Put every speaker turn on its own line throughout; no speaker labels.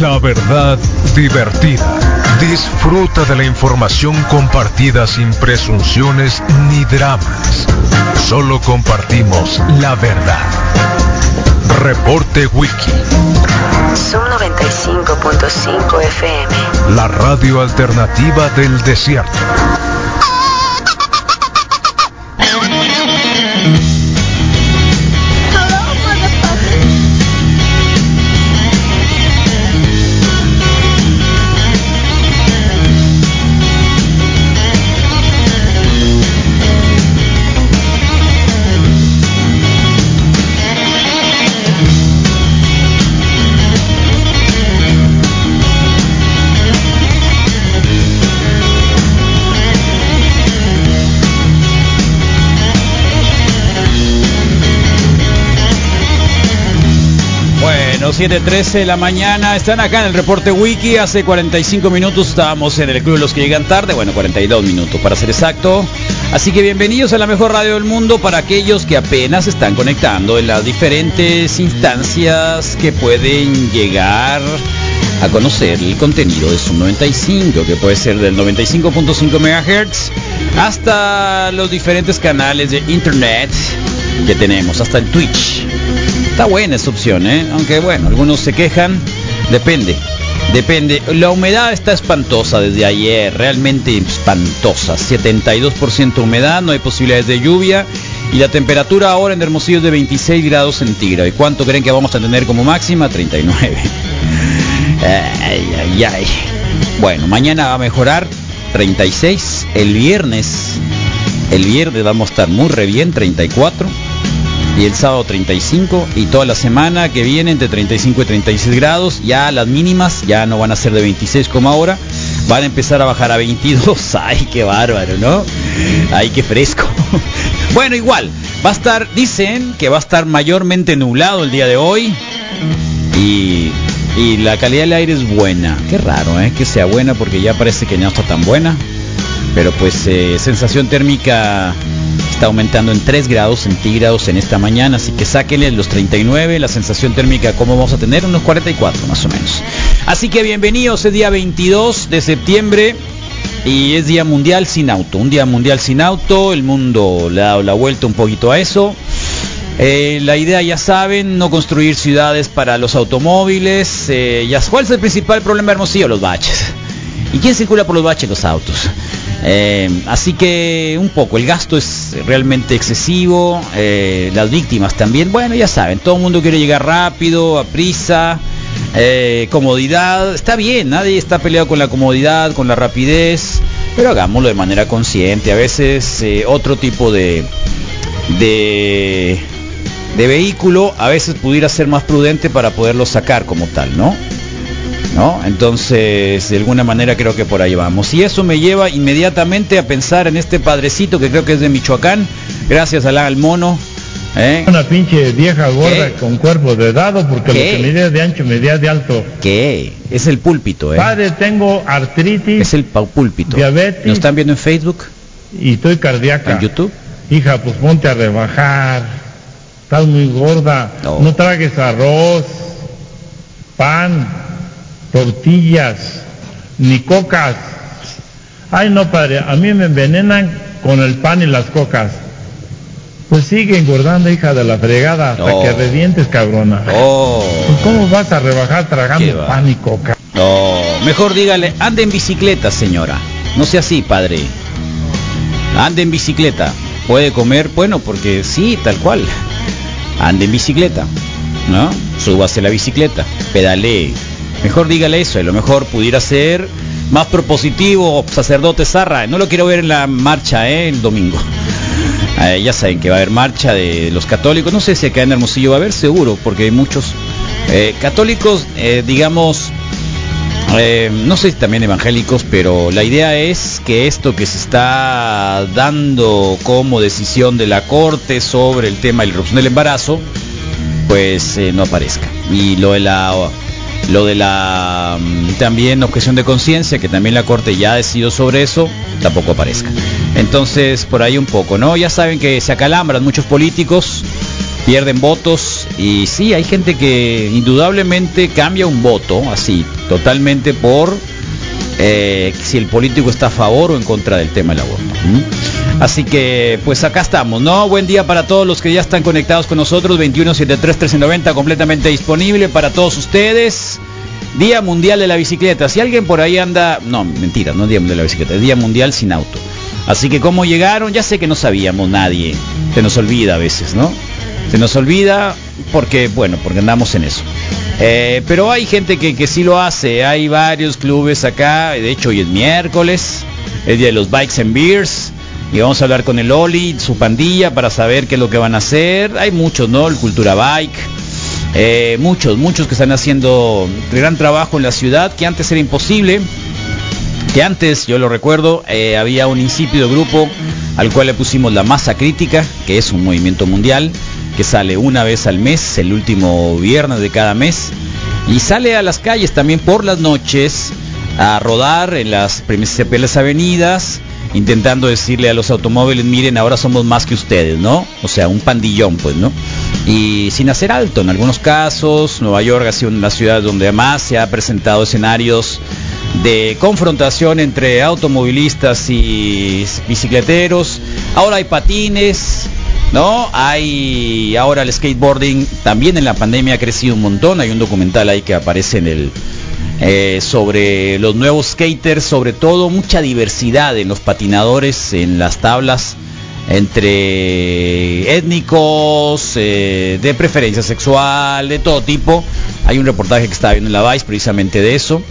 La verdad divertida. Disfruta de la información compartida sin presunciones ni dramas. Solo compartimos la verdad. Reporte Wiki.
Son 95.5 FM.
La radio alternativa del desierto.
Bueno, 7.13 de la mañana, están acá en el reporte wiki, hace 45 minutos estábamos en el club de los que llegan tarde, bueno, 42 minutos para ser exacto. Así que bienvenidos a la mejor radio del mundo para aquellos que apenas se están conectando en las diferentes instancias que pueden llegar a conocer el contenido de su 95, que puede ser del 95.5 MHz hasta los diferentes canales de internet que tenemos, hasta el Twitch. Está buena esa opción, ¿eh? Aunque bueno, algunos se quejan. Depende. Depende. La humedad está espantosa desde ayer. Realmente espantosa. 72% humedad, no hay posibilidades de lluvia. Y la temperatura ahora en Hermosillo es de 26 grados centígrados. ¿Y cuánto creen que vamos a tener como máxima? 39. Ay, ay, ay. Bueno, mañana va a mejorar. 36. El viernes. El viernes vamos a estar muy re bien. 34 y el sábado 35 y toda la semana que viene entre 35 y 36 grados, ya las mínimas ya no van a ser de 26 como ahora, van a empezar a bajar a 22, ay qué bárbaro, ¿no? Ay qué fresco. Bueno, igual, va a estar, dicen que va a estar mayormente nublado el día de hoy y, y la calidad del aire es buena, qué raro, ¿eh? Que sea buena porque ya parece que no está tan buena, pero pues eh, sensación térmica está aumentando en 3 grados centígrados en esta mañana, así que sáquenle los 39, la sensación térmica, ¿cómo vamos a tener? Unos 44 más o menos. Así que bienvenidos, es día 22 de septiembre y es Día Mundial sin Auto, un Día Mundial sin Auto, el mundo le ha dado la vuelta un poquito a eso. Eh, la idea ya saben, no construir ciudades para los automóviles. eh, ya, ¿Cuál es el principal problema de Hermosillo? Los baches. ¿Y quién circula por los baches? Los autos. Eh, así que un poco, el gasto es realmente excesivo, eh, las víctimas también, bueno, ya saben, todo el mundo quiere llegar rápido, a prisa, eh, comodidad, está bien, nadie está peleado con la comodidad, con la rapidez, pero hagámoslo de manera consciente, a veces eh, otro tipo de, de, de vehículo a veces pudiera ser más prudente para poderlo sacar como tal, ¿no? ¿no? Entonces, de alguna manera creo que por ahí vamos. Y eso me lleva inmediatamente a pensar en este padrecito que creo que es de Michoacán, gracias al, al mono. ¿eh?
Una pinche vieja gorda
¿Qué?
con cuerpo de dado porque
¿Qué?
lo que medía de ancho medía de alto.
Que es el púlpito, ¿eh?
Padre, tengo
es
artritis
el pau- púlpito.
Diabetes.
¿Nos están viendo en Facebook,
y estoy cardíaca.
en YouTube?
Hija, pues ponte a rebajar. Estás muy gorda.
No.
No, tragues arroz, pan, tortillas, ni cocas. Ay, no, padre, a mí me envenenan con el pan y las cocas. Pues sigue engordando, hija de la fregada, hasta
No.
que revientes, cabrona.
Oh,
Pues, ¿Cómo vas a rebajar
Qué
tragando
va.
pan y coca?
no. Mejor dígale, ande en bicicleta, señora. No sea así, padre. Ande en bicicleta. Puede comer, bueno, porque sí, tal cual. Ande en bicicleta, ¿no? Súbase a la bicicleta, pedale. Mejor dígale eso, a lo mejor pudiera ser más propositivo, sacerdote Sarra. No lo quiero ver en la marcha, ¿eh? El domingo. Eh, ya saben que va a haber marcha de los católicos. No sé si acá en Hermosillo va a haber, seguro, porque hay muchos eh, católicos, eh, digamos, eh, no sé si también evangélicos, pero la idea es que esto que se está dando como decisión de la Corte sobre el tema de la irrupción del embarazo, pues eh, no aparezca. Y lo de la Lo de la mm, también objeción de conciencia, que también la Corte ya decidió sobre eso, tampoco aparezca. Entonces, por ahí un poco, ¿no? Ya saben que se acalambran muchos políticos, pierden votos y sí, hay gente que indudablemente cambia un voto así, totalmente por eh, si el político está a favor o en contra del tema del aborto. ¿Mm? Así que pues acá estamos, ¿no? Buen día para todos los que ya están conectados con nosotros, 2173-1390 completamente disponible para todos ustedes. Día Mundial de la Bicicleta. Si alguien por ahí anda, no, mentira, no es Día Mundial de la Bicicleta, es Día Mundial sin auto. Así que cómo llegaron, ya sé que no sabíamos nadie. Se nos olvida a veces, ¿no? Se nos olvida porque, bueno, porque andamos en eso. Eh, pero hay gente que, que sí lo hace, hay varios clubes acá, de hecho hoy es miércoles, es día de los Bikes and Beers, y vamos a hablar con el Oli, su pandilla, para saber qué es lo que van a hacer. Hay muchos, ¿no? El Cultura Bike, eh, muchos, muchos que están haciendo gran trabajo en la ciudad, que antes era imposible, que antes, yo lo recuerdo, eh, había un insípido grupo al cual le pusimos la masa crítica, que es un movimiento mundial, que sale una vez al mes, el último viernes de cada mes, y sale a las calles también por las noches a rodar en las principales avenidas, intentando decirle a los automóviles, miren, ahora somos más que ustedes, ¿no? O sea, un pandillón, pues, ¿no? Y sin hacer alto en algunos casos, Nueva York ha sido una ciudad donde más se ha presentado escenarios de confrontación entre automovilistas y bicicleteros. Ahora hay patines, ¿no? Hay ahora el skateboarding, también en la pandemia ha crecido un montón. Hay un documental ahí que aparece en el eh, sobre los nuevos skaters, sobre todo mucha diversidad en los patinadores, en las tablas entre étnicos, eh, de preferencia sexual, de todo tipo. Hay un reportaje que estaba viendo en la Vice precisamente de eso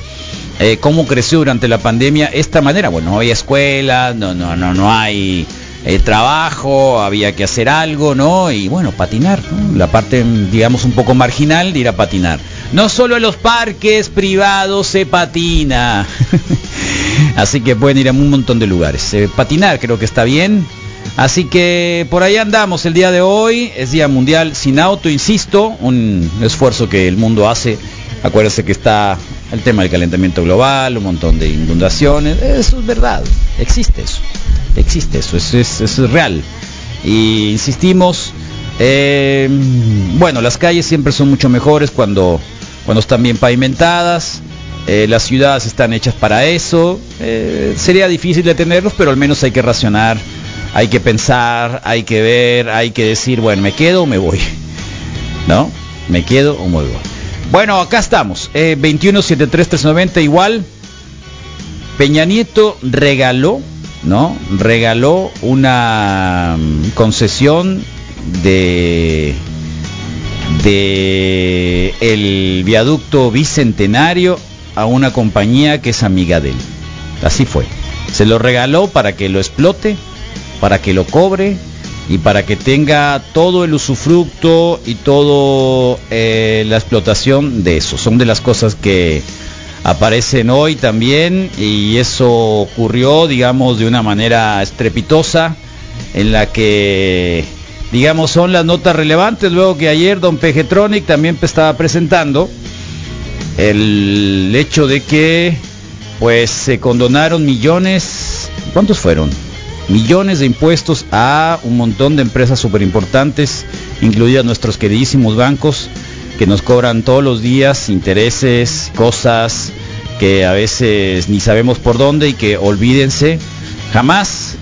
eh, cómo creció durante la pandemia esta manera. Bueno, no había escuelas, no, no, no, no hay eh, trabajo, había que hacer algo, ¿no? Y bueno, patinar, ¿no? la parte, digamos, un poco marginal de ir a patinar. No solo en los parques privados se patina. Así que pueden ir a un montón de lugares. Eh, patinar creo que está bien. Así que por ahí andamos el día de hoy. Es Día Mundial sin auto, insisto. Un esfuerzo que el mundo hace. Acuérdense que está el tema del calentamiento global, un montón de inundaciones. Eso es verdad. Existe eso. Existe eso. Eso es, eso es real. Y insistimos. eh, bueno, las calles siempre son mucho mejores cuando, cuando están bien pavimentadas. Eh, las ciudades están hechas para eso. Eh, sería difícil detenerlos, pero al menos hay que racionar, hay que pensar, hay que ver, hay que decir, bueno, me quedo o me voy. ¿No? Me quedo o me voy. Bueno, acá estamos. Eh, 21-73-390 igual. Peña Nieto regaló, ¿no? Regaló una mm, concesión de de el viaducto bicentenario a una compañía que es amiga de él. Así fue. Se lo regaló para que lo explote, para que lo cobre y para que tenga todo el usufructo y todo eh, la explotación de eso. Son de las cosas que aparecen hoy también y eso ocurrió, digamos, de una manera estrepitosa en la que, digamos, son las notas relevantes. Luego que ayer Don Pejetronic también estaba presentando el hecho de que pues se condonaron millones, ¿cuántos fueron? Millones de impuestos a un montón de empresas súper importantes, incluidas nuestros queridísimos bancos, que nos cobran todos los días intereses, cosas que a veces ni sabemos por dónde y que olvídense, jamás,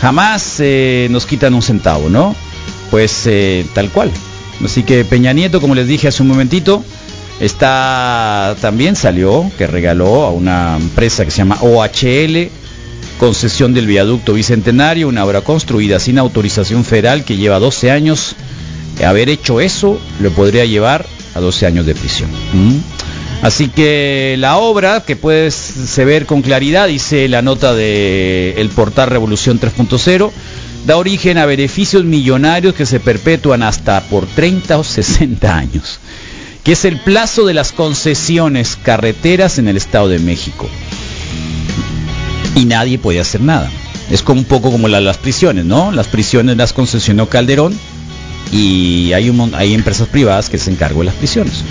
jamás eh, nos quitan un centavo, ¿no? Pues eh, tal cual. Así que Peña Nieto, como les dije hace un momentito, Está también salió que regaló a una empresa que se llama OHL concesión del viaducto bicentenario, una obra construida sin autorización federal que lleva 12 años. Haber hecho eso lo podría llevar a 12 años de prisión. ¿Mm? Así que la obra que puede se ver con claridad, dice la nota de el portal Revolución 3.0, da origen a beneficios millonarios que se perpetúan hasta por 30 o 60 años que es el plazo de las concesiones carreteras en el Estado de México. Y nadie puede hacer nada. Es como un poco como la- las prisiones, ¿no? Las prisiones las concesionó Calderón y hay, un mon- hay empresas privadas que se encargan de las prisiones.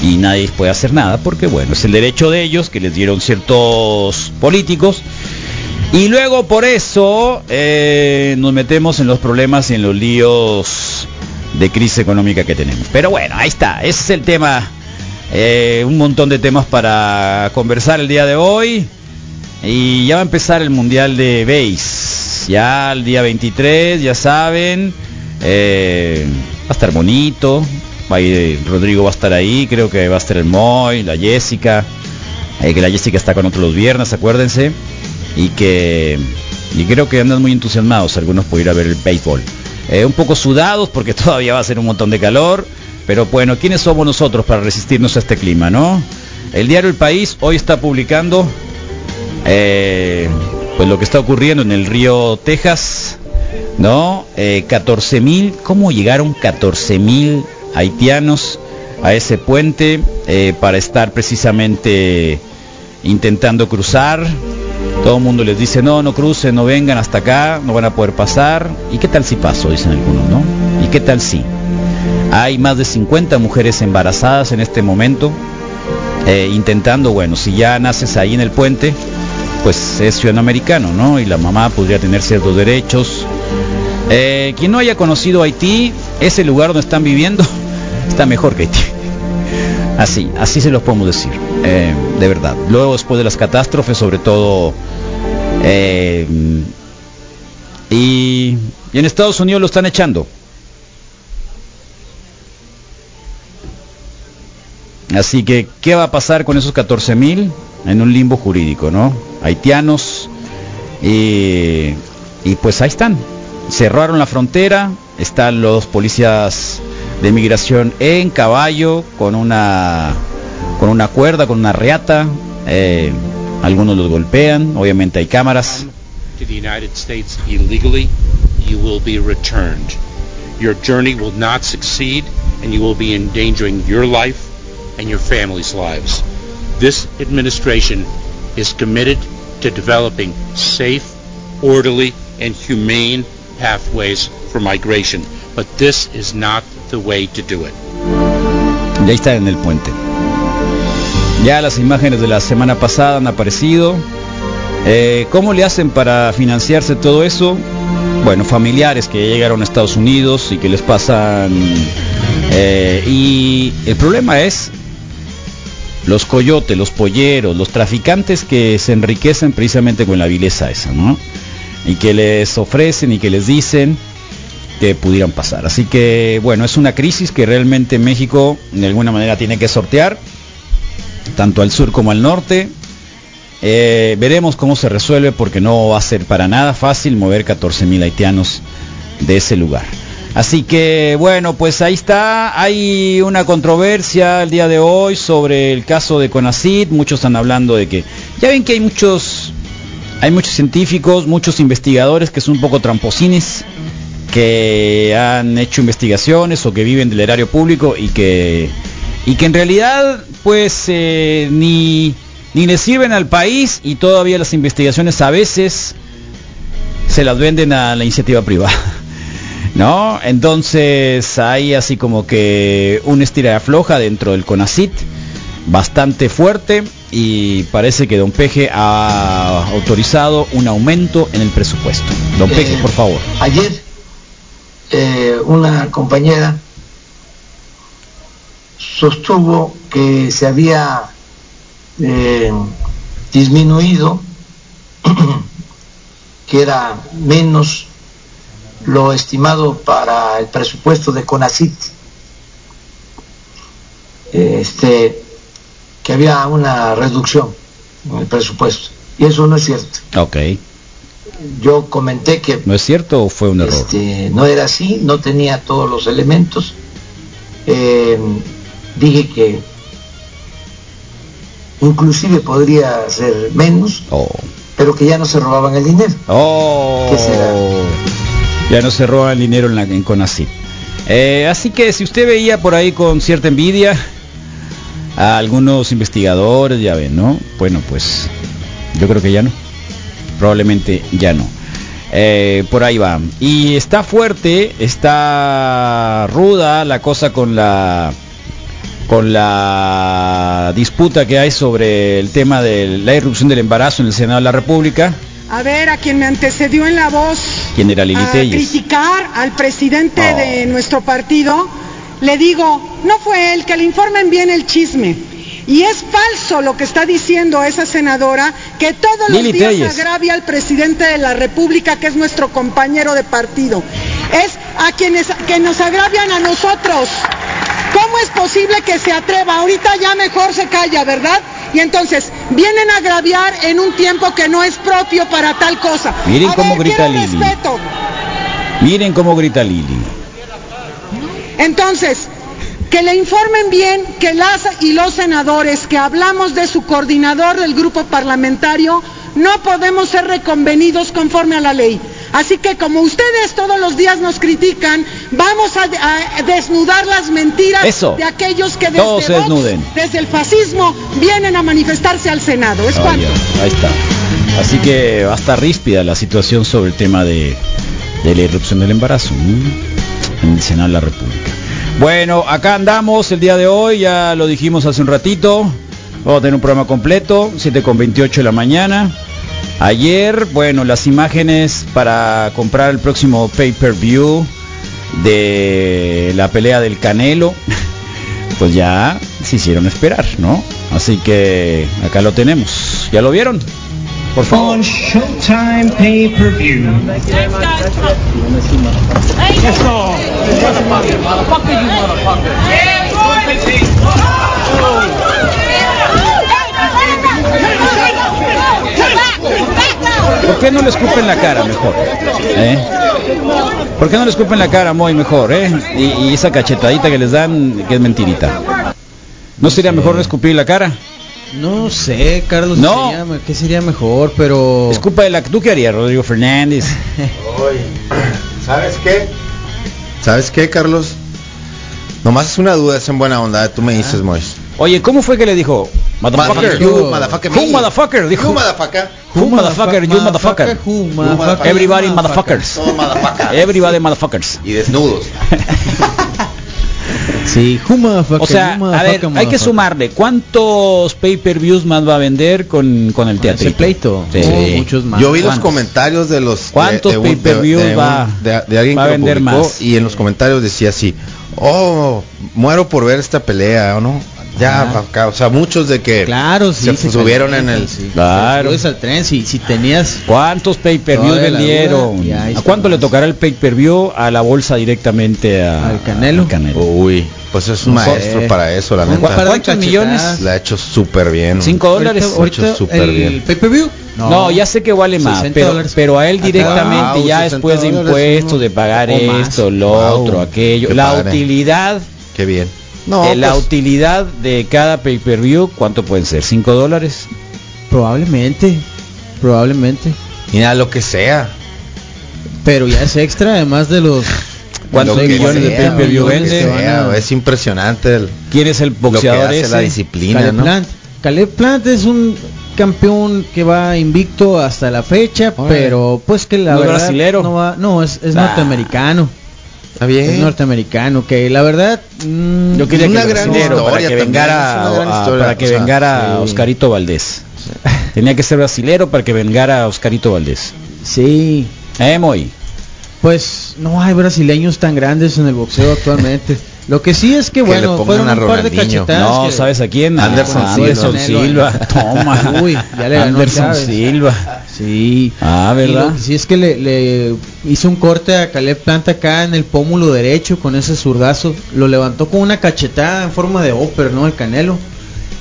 y nadie puede hacer nada porque bueno, es el derecho de ellos que les dieron ciertos políticos. Y luego por eso eh, nos metemos en los problemas y en los líos de crisis económica que tenemos. Pero bueno, ahí está, ese es el tema, eh, un montón de temas para conversar el día de hoy. Y ya va a empezar el Mundial de Base, ya el día 23, ya saben, eh, va a estar bonito, va a ir- eh, Rodrigo va a estar ahí, creo que va a estar el Moy, la Jessica, eh, que la Jessica está con otros los viernes, acuérdense, y que y creo que andan muy entusiasmados algunos por ir a ver el béisbol. Eh, un poco sudados porque todavía va a ser un montón de calor, pero bueno, ¿quiénes somos nosotros para resistirnos a este clima, no? El diario El País hoy está publicando eh, pues lo que está ocurriendo en el río Texas, ¿no? Eh, 14 mil, ¿cómo llegaron 14 mil haitianos a ese puente eh, para estar precisamente intentando cruzar? Todo el mundo les dice, no, no crucen, no vengan hasta acá, no van a poder pasar. ¿Y qué tal si paso? Dicen algunos, ¿no? ¿Y qué tal si? Hay más de 50 mujeres embarazadas en este momento, eh, intentando, bueno, si ya naces ahí en el puente, pues es ciudadano americano, ¿no? Y la mamá podría tener ciertos derechos. Eh, quien no haya conocido Haití, ese lugar donde están viviendo está mejor que Haití. Así, así se los podemos decir, eh, de verdad. Luego, después de las catástrofes, sobre todo... eh, y, y en Estados Unidos lo están echando. Así que, ¿qué va a pasar con esos 14 mil en un limbo jurídico, no? Haitianos. Y, y pues ahí están. Cerraron la frontera, están los policías de migración en caballo, con una, con una cuerda, con una reata. eh, algunos los golpean, obviamente hay cámaras.
to the United States illegally, you will be returned. Your journey will not succeed, and you will be endangering your life and your family's lives. This administration is committed to developing safe, orderly, and humane pathways for migration, but this is not the way to do it.
Ya está en el puente. Ya las imágenes de la semana pasada han aparecido. Eh, ¿Cómo le hacen para financiarse todo eso? Bueno, familiares que llegaron a Estados Unidos y que les pasan... eh, y el problema es los coyotes, los polleros, los traficantes que se enriquecen precisamente con la vileza esa, ¿no? Y que les ofrecen y que les dicen que pudieran pasar. Así que, bueno, es una crisis que realmente México de alguna manera tiene que sortear, tanto al sur como al norte. Eh, veremos cómo se resuelve porque no va a ser para nada fácil mover 14.000 haitianos de ese lugar. Así que bueno, pues ahí está. Hay una controversia el día de hoy sobre el caso de Conacid. Muchos están hablando de que ya ven que hay muchos hay muchos científicos, muchos investigadores que son un poco tramposines que han hecho investigaciones o que viven del erario público y que y que en realidad pues eh, ni ni le sirven al país y todavía las investigaciones a veces se las venden a la iniciativa privada. ¿No? Entonces hay así como que un estira y afloja dentro del CONACIT bastante fuerte y parece que Don Peje ha autorizado un aumento en el presupuesto. Don Peje,
Eh,
por favor.
Ayer eh, una compañera sostuvo que se había eh, disminuido, que era menos lo estimado para el presupuesto de CONACIT, este, que había una reducción en el presupuesto. Y eso no es cierto.
Ok.
Yo comenté que
¿No es cierto o fue un error?
este, no era así, no tenía todos los elementos. Eh, dije que inclusive podría ser menos,
Oh.
pero que ya no se robaban el dinero.
Oh.
¿Qué será?
Ya no se roba el dinero en, la, en Conacyt. Eh, así que si usted veía por ahí con cierta envidia a algunos investigadores, ya ven, ¿no? Bueno, pues yo creo que ya no. Probablemente ya no. Eh, por ahí va. Y está fuerte, está ruda la cosa con la
con la disputa que hay sobre el tema de la irrupción del embarazo en el Senado de la República,
A ver, a quien me antecedió en la voz
quien era Lili
a
Telles.
criticar al presidente
Oh.
de nuestro partido, le digo, no fue él, que le informen bien el chisme. Y es falso lo que está diciendo esa senadora, que todos los
Lili
días
Telles.
agravia al presidente de la República, que es nuestro compañero de partido. Es a quienes que nos agravian a nosotros. ¿Cómo es posible que se atreva? Ahorita ya mejor se calla, ¿verdad? Y entonces, vienen a agraviar en un tiempo que no es propio para tal cosa.
Miren
A
cómo
ver,
grita
quiero
Lili.
respeto.
Miren cómo grita Lili.
Entonces, que le informen bien que las y los senadores que hablamos de su coordinador del grupo parlamentario no podemos ser reconvenidos conforme a la ley. Así que como ustedes todos los días nos critican, vamos a, a desnudar las mentiras
Eso.
de aquellos que desde,
Todos se
Vox,
desnuden.
desde el fascismo vienen a manifestarse al Senado. Es
Ah,
cuanto.
ya, ahí está. Así que va a estar ríspida la situación sobre el tema de, de la irrupción del embarazo ¿no? en el Senado de la República. Bueno, acá andamos el día de hoy, ya lo dijimos hace un ratito. Vamos a tener un programa completo, 7 con 28 de la mañana. Ayer, bueno, las imágenes para comprar el próximo pay-per-view de la pelea del Canelo pues ya se hicieron esperar, ¿no? Así que acá lo tenemos. ¿Ya lo vieron? Por favor.
Showtime pay per view.
¿Por qué no le escupen la cara mejor? ¿Eh? ¿Por qué no le escupen la cara muy mejor, eh? Y, y esa cachetadita que les dan, que es mentirita. ¿No sería mejor no escupir la cara?
No sé, Carlos,
No.
¿qué sería me- ¿qué sería mejor? Pero.
Escupa de la... ¿Tú qué harías, Rodrigo Fernández?
¿Sabes qué? ¿Sabes qué, Carlos? Nomás es una duda, es en buena onda. Tú me dices, Mois.
Oye, ¿cómo fue que le dijo?
Motherfucker,
Motherfucker.
you, motherfucker,
Who
me.
motherfucker? Dijo.
You motherfucker.
Who motherfucker? You motherfucker.
Who motherfucker?
Everybody motherfuckers.
Todo motherfucker.
Everybody motherfuckers.
Y desnudos.
Sí, who motherfucker?
O sea,
you
a ver,
motherfucker,
hay que
motherfucker.
sumarle cuántos pay-per-views más va a vender con, con el
Con
teatro.
ese pleito.
Sí.
Oh, muchos más.
Yo vi los
¿Cuántos?
comentarios de los de-
¿Cuántos
de un-
pay-per-views
de- de un-
va-
de, de alguien
va a
que lo
vender
publicó
más?
y en los comentarios decía así, oh, muero por ver esta pelea, ¿o no? Ya,
Ah.
pa' acá, o sea, muchos de que
Claro, sí.
se, subieron en
calientan,
el
sí.
Claro.
Subes al tren si, si tenías.
¿Cuántos pay-per-views
Todavía la
vendieron?
duda, y ahí
¿A
está
cuánto le
más.
tocará el pay-per-view a la bolsa directamente a-
Al Canelo?
Uy, pues es un
No sé.
maestro para eso, la
Un
neta.
par de
¿Cuántos
cachetadas.
millones?
La ha hecho súper bien.
¿Cinco dólares?
Ahorita- ahorita
Mucho, súper
el
bien.
pay per view.
No, ya sé que vale más,
60
pero,
dólares.
pero a él
Acá,
directamente,
wow,
ya
60
después de
dólares,
impuestos,
uno.
de pagar
O más.
esto, lo
Wow,
otro, aquello,
qué
la
padre.
utilidad,
Qué bien. No,
de Eh, la
pues,
utilidad de cada pay-per-view, ¿cuánto pueden ser? ¿Cinco dólares?
Probablemente. Probablemente.
mira lo que sea.
Pero ya es extra, además de los.
¿Cuántos
Lo que
millones de
sea,
pay-per-view
lo que
venden?
sea, Es impresionante el,
¿Quién es el
lo que
boxeador
hace la
ese?
disciplina,
Caleb
¿no?
Plant. Caleb Plant es un campeón que va invicto hasta la fecha,
Órale.
pero pues que la
¿No es
verdad
brasilero?
no va, no es, es
Ah.
norteamericano,
Está
es
bien.
norteamericano, que la verdad mm,
Yo quería
Una
que
gran
brasileño, para
historia
que
también,
vengara,
es una gran
a-
historia,
para que
o sea,
vengara
sí.
Oscarito Valdés. Tenía que ser brasilero para que vengara Oscarito Valdés.
sí,
Eh, Moy.
pues no hay brasileños tan grandes en el boxeo actualmente. Lo que sí es que, bueno,
le pongan
fueron
a
un par de
Ronaldinho.
cachetadas.
No,
que-
¿sabes a quién? A
Ah, Anderson
Anderson
Silva.
Silva. Toma.
Uy, ya le ganó
Anderson
Chávez.
Silva.
Sí.
Ah, ¿verdad?
Si es que le, le hizo un corte a Caleb Planta acá en el pómulo derecho con ese zurdazo. Lo levantó con una cachetada en forma de ópera, ¿no? El Canelo.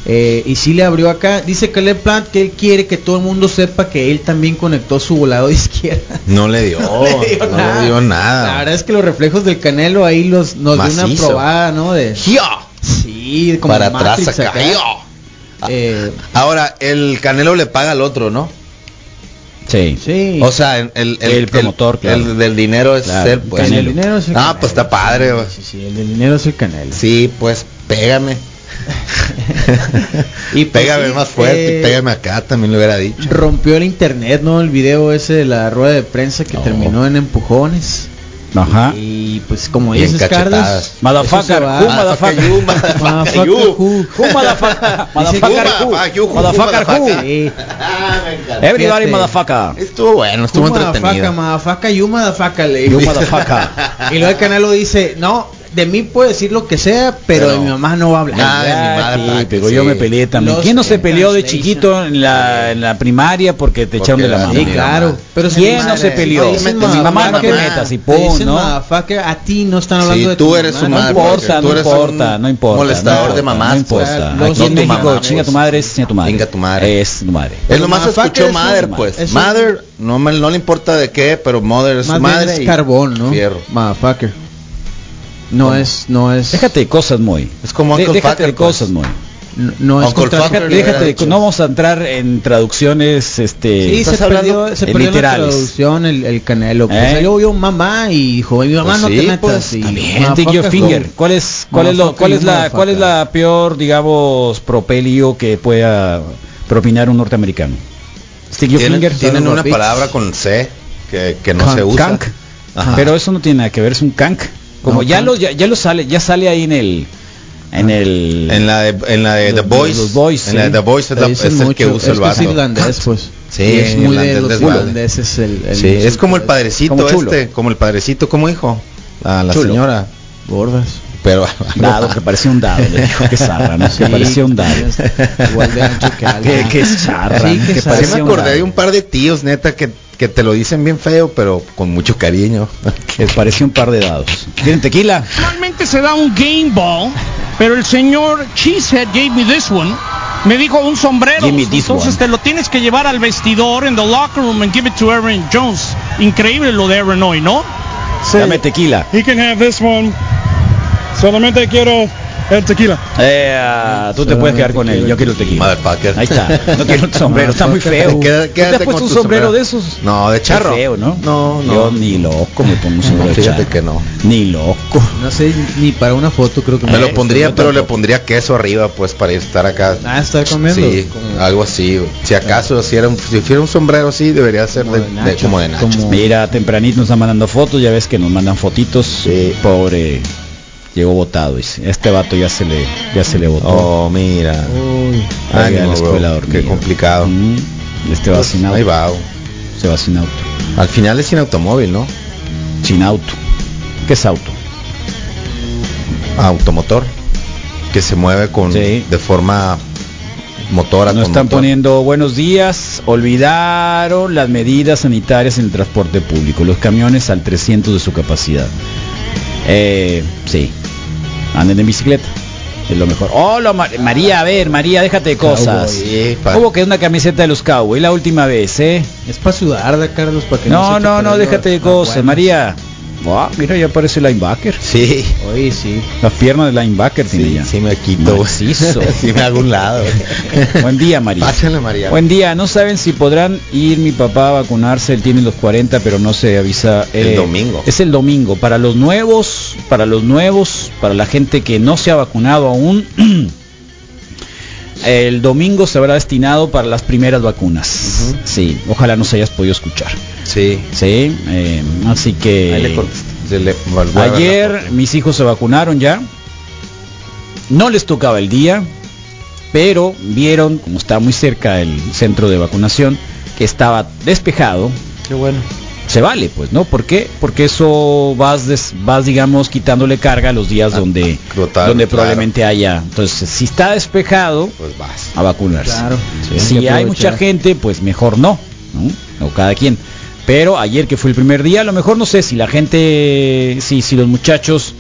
Eh, y sí le abrió acá. Dice Caleb Plant que él quiere que todo el mundo sepa que él también conectó su volado de izquierda.
No le dio, no
le dio nada.
le dio
La verdad
nada.
es que los reflejos del Canelo ahí los, nos dio una
Ah. Macizo.
probada, ¿no? De,
¡Ya!
sí, como
Para
Matrix
atrás acá.
acá.
¡Ya!
Eh,
Ahora, el Canelo le paga al otro, ¿no?
Sí.
sí.
O sea, el, el,
El promotor, claro.
el del dinero es
Claro,
él, pues.
Canelo.
El dinero es el
Ah,
Canelo.
pues está padre, güey.
Sí, sí, el del dinero es el Canelo.
Sí, pues pégame. y
pues,
pégame
sí,
más fuerte,
eh,
y pégame acá, también lo hubiera dicho.
Rompió el internet, ¿no? El video ese de la rueda de prensa que
No.
terminó en empujones.
Ajá.
Y pues como
Bien
dices,
cachetadas.
Carlos.
Ah. Motherfucker, who, motherfucker, you,
Motherfucker, who.
Who, motherfucker, motherfucker, who,
Motherfucker, who,
motherfucker, who.
motherfucker.
Sí.
Everybody,
Fíjate.
motherfucker.
Estuvo bueno, estuvo
Tú, madafaca,
entretenido.
madafaca, you madafaca, le
You
digo.
motherfucker.
Y luego el Canelo dice, no, de mí puede decir lo que sea, pero,
Pero
de mi mamá no va a hablar.
nada de mi madre,
Ah,
Paco,
típico,
sí.
yo me peleé también.
Los
¿Quién no se peleó de
translation.
chiquito en la, en la primaria porque te echaron de la
Porque
mano?
la-
Sí, claro. Pero si
¿Quién
mi
no
madre-
se peleó?
Te dicen
Mi
mamá no
motherfucker,
te metas y
te
pum,
dicen
¿no?
motherfucker, a ti no están hablando
Sí,
de
tú
tu
eres
mamá,
un
¿no?
madre,
importa,
tú
no
eres un
importa, no importa.
molestador
no
de mamás,
No
o sea,
importa.
los
Aquí en
de
México,
mamá,
chinga tu
pues.
madre, es chinga tu madre.
Chinga tu madre.
Es tu madre.
Él nomás
Motherfucker es
escuchó
un-
mother, pues.
es un-
mother, no, me- no le importa de qué, pero mother es
Más
madre.
bien
y
es carbón, ¿no?
fierro.
Motherfucker. No es, no es.
Déjate de cosas, Moy.
Es como
De-
Uncle
déjate de
Fucker, pues.
cosas, Moy.
No, no es
Uncle
contra-
Fucker,
Déjate,
le hubiera
déjate de-
dicho.
no vamos a entrar en traducciones,
Sí,
este...
se
Estás hablando
perdió, se
en
perdió la
literales.
traducción el, el canelo. Pues,
¿Eh?
Salió yo mamá y dijo, mi mamá
Pues
no
sí,
te metas.
pues,
y,
Bien, take
motherfucker,
your finger.
go.
¿Cuál es, cuál es, lo,
Motherfucker,
cuál es
you
la,
motherfucker.
cuál es la peor, digamos, propelio que pueda propinar un norteamericano? Stick your
Tienen,
finger.
tienen
Son
una
rapids.
palabra con C que, que no
Cank.
se usa.
Cank.
Ajá.
Pero eso no tiene nada que ver, es un cank. Como
No,
ya
cank.
lo ya, ya lo sale, ya sale ahí en el en el
en la de, en la de The
Los-
Boys,
los Boys,
en la de
sí.
The Boys es,
Te
la-
dicen
es el que
mucho,
usa el
es que Es
vato.
irlandés, pues.
Sí,
Y es muy de
irlandés
los
desvale.
irlandeses el, el-
Sí, es como el padrecito
Como chulo.
este, como el padrecito, como hijo, a la
Chulo.
señora,
Gordas.
pero
dado que parecía un dado, le dijo que zarra, ¿no? que
Sí,
parecía un dado.
es Igual de ancho que alto.
Que, que es charra,
Sí,
¿no?
que
que
zarra.
Sí
parecía
me
un
acordé
dado.
de un par de tíos, neta, que, que te lo dicen bien feo, pero con mucho cariño.
Que parecía un par de dados. ¿Quieren tequila?
Normalmente se da un game ball, pero el señor Cheesehead gave me this one. Me dijo un sombrero.
Give me this
pues, Entonces
one.
te lo tienes que llevar al vestidor en the locker room and give it to Aaron Jones. Increíble lo de Aaron hoy, ¿no?
Dame tequila.
He can have this one. Solamente quiero el tequila.
Eh, ah, tú te
Solamente
puedes quedar con él.
quiero
Yo quiero el tequila.
Motherfucker.
Ahí está. No quiero un sombrero. está muy feo. ¿Tú
Queda-
te has
quédate
puesto
con
un
tu
sombrero
sombrero.
de esos?
No, de charro.
Qué feo, ¿no?
No, no.
Yo ni loco me pongo un sombrero de
Fíjate
charro.
que no.
Ni loco.
No sé, ni para una foto creo que
Me lo
Eh,
pondría,
yo
pero le
tampoco.
pondría queso arriba, pues, para estar acá.
Ah, está comiendo.
Sí,
Como-
algo así. güey. Si acaso, si era un, si fuera un sombrero así, debería ser
Como
de-
de
de-
nachos.
como de nachos.
Como-
Mira, tempranito nos están mandando fotos. Ya ves que nos mandan fotitos. Eh, pobre. Llegó botado. Dice. Este vato ya se le, ya se le botó.
Oh, mira.
Uy.
Fue a
ánimo,
la escuela
bro.
dormido.
Qué complicado.
Mm. Este va sin auto.
Ahí va. güey.
Se va sin auto.
Al final es sin automóvil, ¿no?
Sin auto. ¿Qué es auto?
Automotor. Que se mueve con
Sí.
de forma motora.
Nos
con
están
motor.
poniendo buenos días. Olvidaron las medidas sanitarias en el transporte público. Los camiones al 300 de su capacidad. Eh, sí. Anden en bicicleta. Es lo mejor. Hola Ma- María, a ver, María, déjate de cosas.
Cowboy, epa.
¿Cómo que una camiseta de los Cowboys? La última vez, ¿eh?
Es para sudar, da, Carlos, para que
No,
se
no,
te
no,
pierda.
déjate de
Ah,
cosas,
bueno.
María. Ah, mira, ya aparece el linebacker.
Sí.
Oye, sí.
Las piernas de linebacker tiene
Sí,
ya.
sí me quito. güey.
Macizo.
sí me hago un lado. güey.
Buen día, María.
Pásale, María.
Buen día, no saben si podrán ir mi papá a vacunarse, él tiene los 40, pero no se avisa eh,
El domingo.
Es el domingo, para los nuevos, para los nuevos, para la gente que no se ha vacunado aún, el domingo se habrá destinado para las primeras vacunas. Sí, ojalá nos hayas podido escuchar.
Sí.
Sí, eh, así que
Ahí le contesté, se le volvió a ver la
Ayer mis hijos se vacunaron ya. No les tocaba el día, pero vieron, como está muy cerca el centro de vacunación, que estaba despejado.
Qué bueno.
Se vale, pues, ¿no? ¿Por qué? Porque eso vas, des- vas digamos, quitándole carga a los días
Ah,
donde,
total,
donde
claro.
probablemente haya. Entonces, si está despejado,
foto. Pues vas.
a vacunarse.
Claro. Sí,
Si
hay que
hay
aprovechar.
mucha gente, pues mejor no, ¿no? O cada quien. Pero ayer que fue el primer día, a lo mejor no sé si la gente, si, si los muchachos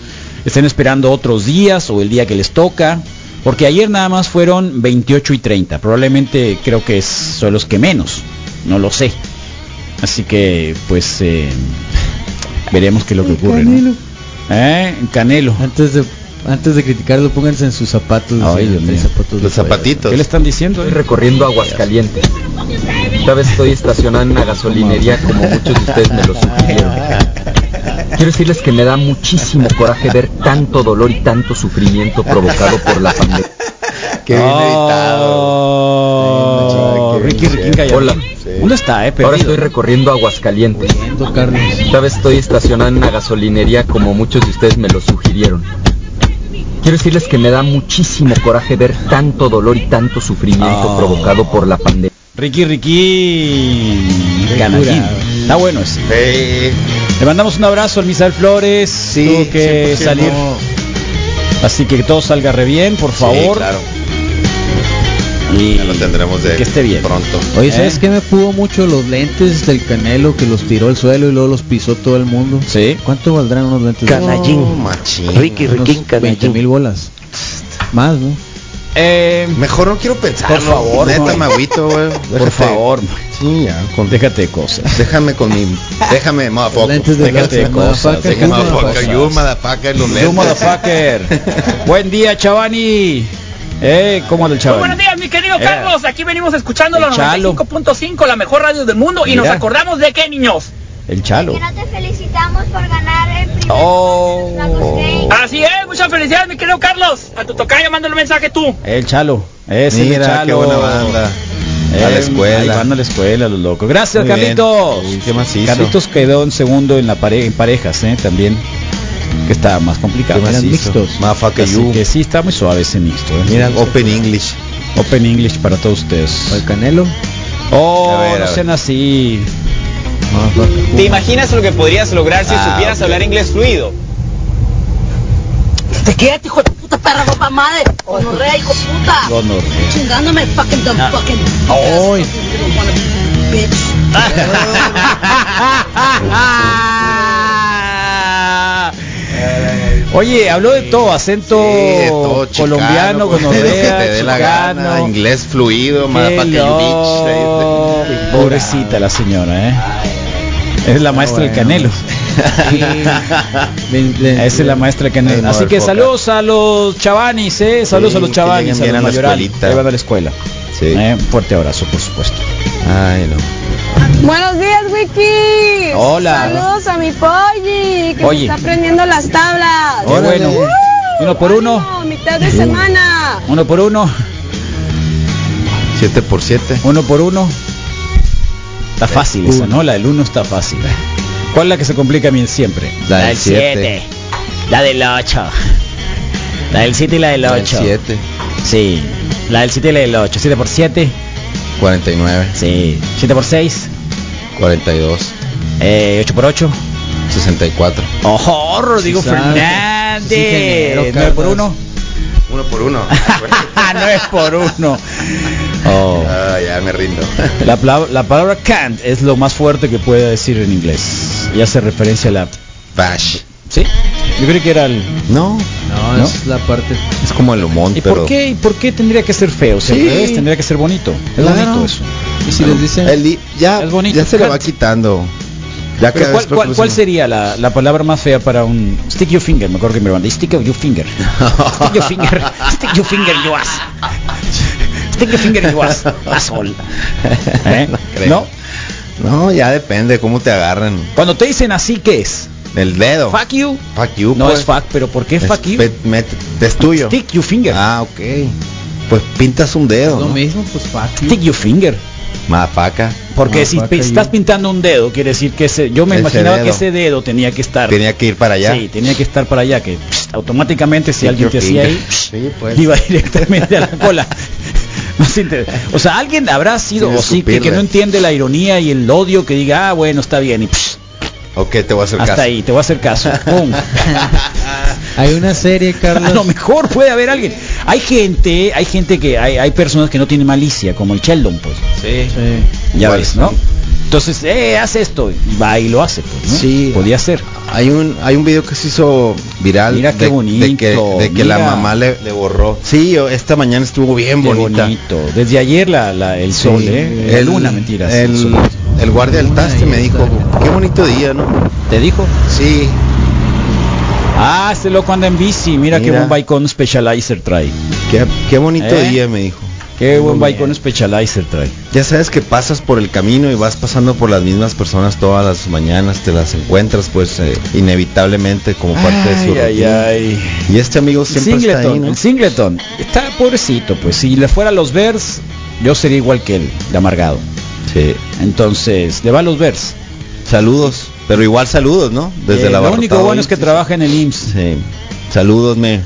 estén esperando otros días o el día que les toca. Porque ayer nada más fueron 28 y 30. Probablemente creo que es- son los que menos. No lo sé. Así que pues eh, veremos qué es lo que ocurre. ¿no? ¿Eh? Canelo.
Antes de antes de criticarlo, pónganse en sus zapatos.
Ay,
sí,
Dios
tres
mío.
zapatos de
Los
fuera.
zapatitos.
¿Qué le están diciendo? eh?
recorriendo Aguascalientes. Esta vez estoy estacionado en una gasolinería como muchos de ustedes me lo sugirieron. Quiero decirles que me da muchísimo coraje ver tanto dolor y tanto sufrimiento provocado por la pandemia.
Qué bien editado.
Oh,
Sí,
Ricky
sí,
Ricky
sí.
Gallardo.
Hola,
Sí.
Uno está, eh, perdido.
Ahora estoy recorriendo Aguascalientes. Esta vez estoy estacionado en una gasolinería como muchos de ustedes me lo sugirieron. Quiero decirles que me da muchísimo coraje ver tanto dolor y tanto sufrimiento
Oh.
provocado por la pandemia.
Ricky, Ricky. Canallín. Está bueno ese. Le mandamos un abrazo al Misael Flores. Tuvo que
100%.
salir. Así que todo salga re bien, por favor.
claro.
Y
lo tendremos de
que esté bien.
pronto.
¿Eh?
Oye, ¿sabes qué me pudo mucho los lentes del Canelo que los tiró al suelo y luego los pisó todo el mundo?
Sí.
¿Cuánto valdrán unos lentes?
Canallín.
No,
machín.
Ricky, Ricky, mil bolas. Más, ¿no?
Eh,
Mejor no quiero pensar.
por favor,
Neta,
güey.
me agüito, güey.
Por favor,
Sí, ya. con-
déjate de cosas.
Déjame con mi... Déjame, motherfucker.
Lentes de
Déjate
lentes, motherfucker,
Déjame,
you
motherfucker.
motherfucker.
You, motherfucker, los
You
lentes.
motherfucker. Buen día, Chavani. Eh, ¿cómo anda el
Muy buenos
Chavani?
días, mi querido
Eh.
Carlos. Aquí venimos escuchando la
Échalo.
95.5, la mejor radio del mundo. Y
Mira.
nos acordamos de qué, niños.
El Chalo.
te felicitamos por ganar el primer
Oh.
Así es, muchas felicidades, mi querido Carlos. A tu tocayo, mándale un mensaje tú.
El Chalo. Ese es el
Mira,
Chalo.
qué buena banda. a la
Eh,
escuela.
ahí van a la escuela, los locos. Gracias,
Muy bien.
Carlitos.
Uy, qué macizo.
Carlitos quedó en segundo en la pare- en parejas, eh, también. Que está más complicado.
Qué
Eran
macizo.
mixtos.
Motherfucker,
Así
you.
que sí, está muy suave ese mixto. eh.
Mira, Open English.
Open English para todos ustedes.
El Canelo.
Oh,
A ver, a
no
ver.
sean así.
¿Te imaginas lo que podrías lograr si
Ah,
supieras
ok.
hablar inglés fluido?
Te quédate, hijo de puta perra, papá madre. Honorrea, hijo de puta.
Gonorrea.
Chingándome el fucking dumb
Ah.
fucking.
Ay. Oye, habló de todo, acento
De todo, chicano,
colombiano,
pues, de lo que
gonorrea,
te dé la
chicano.
gana, inglés fluido, motherfucker, you bitch. Ahí está.
Hello. Pobrecita la señora, ¿eh? Es la maestra del Canelo. Esa es la maestra del
Ay,
Canelo.
no,
Así
el
que
foca.
saludos a los chavanis, ¿eh? Saludos
Sí,
a los
que
chavanis,
lleguen
a
bien
los
a la
mayorales.
escuelita.
Ahí van a la escuela.
Sí.
Eh, Fuerte abrazo, por supuesto.
Ay, no.
Buenos días, Wiki.
Hola.
Saludos a mi Polly, que
Polly.
me está aprendiendo las tablas.
Qué bueno. Uno por uno,
No, mitad de semana.
uno por uno,
7 por 7.
uno por uno. Está fácil esa, ¿no? La del uno está fácil. ¿Cuál es la que se complica a mí siempre?
La del siete.
La del 8. La del 7 y la del
La del siete.
Sí. La del 7 y la del 8. 7 por 7.
49.
Sí. 7 por 6.
42.
8 Eh, por 8.
64.
¡Ojo! Oh, Rodrigo
Sí sabe.
Fernández.
Sí, ingeniero,
9 por
Carlos.
1.
1 por 1.
no es por uno. Oh.
Ah, ya me rindo.
La, pla- la palabra can't es lo más fuerte que puede decir en inglés. Y hace referencia a la...
Bash.
¿Sí? Yo creo que era el...
No.
No,
¿No?
es la parte.
Es como el humón,
¿Y
pero.
por qué, y por qué tendría que ser feo? O sea, al
Sí.
revés, tendría que ser bonito. Es
Claro.
bonito eso.
Y si les dicen.
El di- ya,
Es bonito,
ya se le va
can't.
quitando. Ya
Pero
cada
¿cuál,
vez lo
cuál- cuál
producen-
sería la, la palabra más fea para un... Stick your finger, me acuerdo que me mandé. Stick your finger. Stick your finger. Stick your finger, you ass. Stick your finger, you ass. Asshole. ¿Eh?
creo.
¿No?
No, ya depende cómo te agarren.
Cuando te dicen así, ¿qué es?
El dedo.
Fuck you.
Fuck you,
No
pues.
es fuck, pero ¿por qué
Es
fuck you?
pe- met- Es tuyo.
Stick your finger.
Ah, ok. Pues pintas un dedo.
Lo
¿no?
mismo, pues fácil.
Stick your finger.
Mapaca.
Porque
Ah,
si
fuck
pe-
you.
estás pintando un dedo, quiere decir que ese, yo me
Ese
imaginaba que
dedo.
ese dedo tenía que estar.
Tenía que ir para allá.
Sí, tenía que estar para allá, que pss, automáticamente si
Stick
alguien
your
te hacía
finger.
ahí, pss,
Sí, pues.
iba directamente a la cola. No se inter- O sea, alguien habrá sido,
Sin
o sí, que, que
escupirle.
no entiende la ironía y el odio que diga, ah, bueno, está bien, y pss,
Ok, te voy a hacer
hasta
caso.
ahí, te voy a hacer caso. Pum.
Hay una serie,
A lo
Carlos.
mejor puede haber alguien. Hay gente, hay gente que, hay, hay personas que no tienen malicia, como el Sheldon, pues.
Sí.
Sí.
Ya
Igual,
ves, ¿no? Entonces, eh, haz esto. Y va y lo hace, pues, ¿no?
Sí.
Podía ser.
Hay un hay un video que se hizo viral
Mira qué
de, de
bonito,
que, de que la
mira.
mamá le, le borró. Sí, yo- esta mañana estuvo bien
Qué
bonita.
bonito. Desde ayer la, la- el sol, ¿eh? La
el,
luna, mentiras. el
El,
sol.
el guardia del taxi me dijo, qué bonito día, ¿no?
¿Te dijo?
Sí,
Ah, este loco anda en bici. Mira, qué
Mira.
buen Bicon Specializer trae.
qué, qué bonito
¿Eh?
día, me dijo.
Qué buen Bicon Specializer trae.
Ya sabes que pasas por el camino y vas pasando por las mismas personas todas las mañanas, te las encuentras pues eh, inevitablemente como parte de su
Ay, ay,
rutina.
ay.
Y este amigo siempre
Singleton,
está ahí, ¿no?
el Singleton. Está pobrecito, pues. Si le fuera a los Bears, yo sería igual que él, de amargado. Sí.
Entonces, de va los vers.
Saludos, pero igual saludos, ¿no? Desde
Eh,
la
Lo único
Abarrotado
bueno es que trabaja en el IMSS.
Sí. Saludos, me.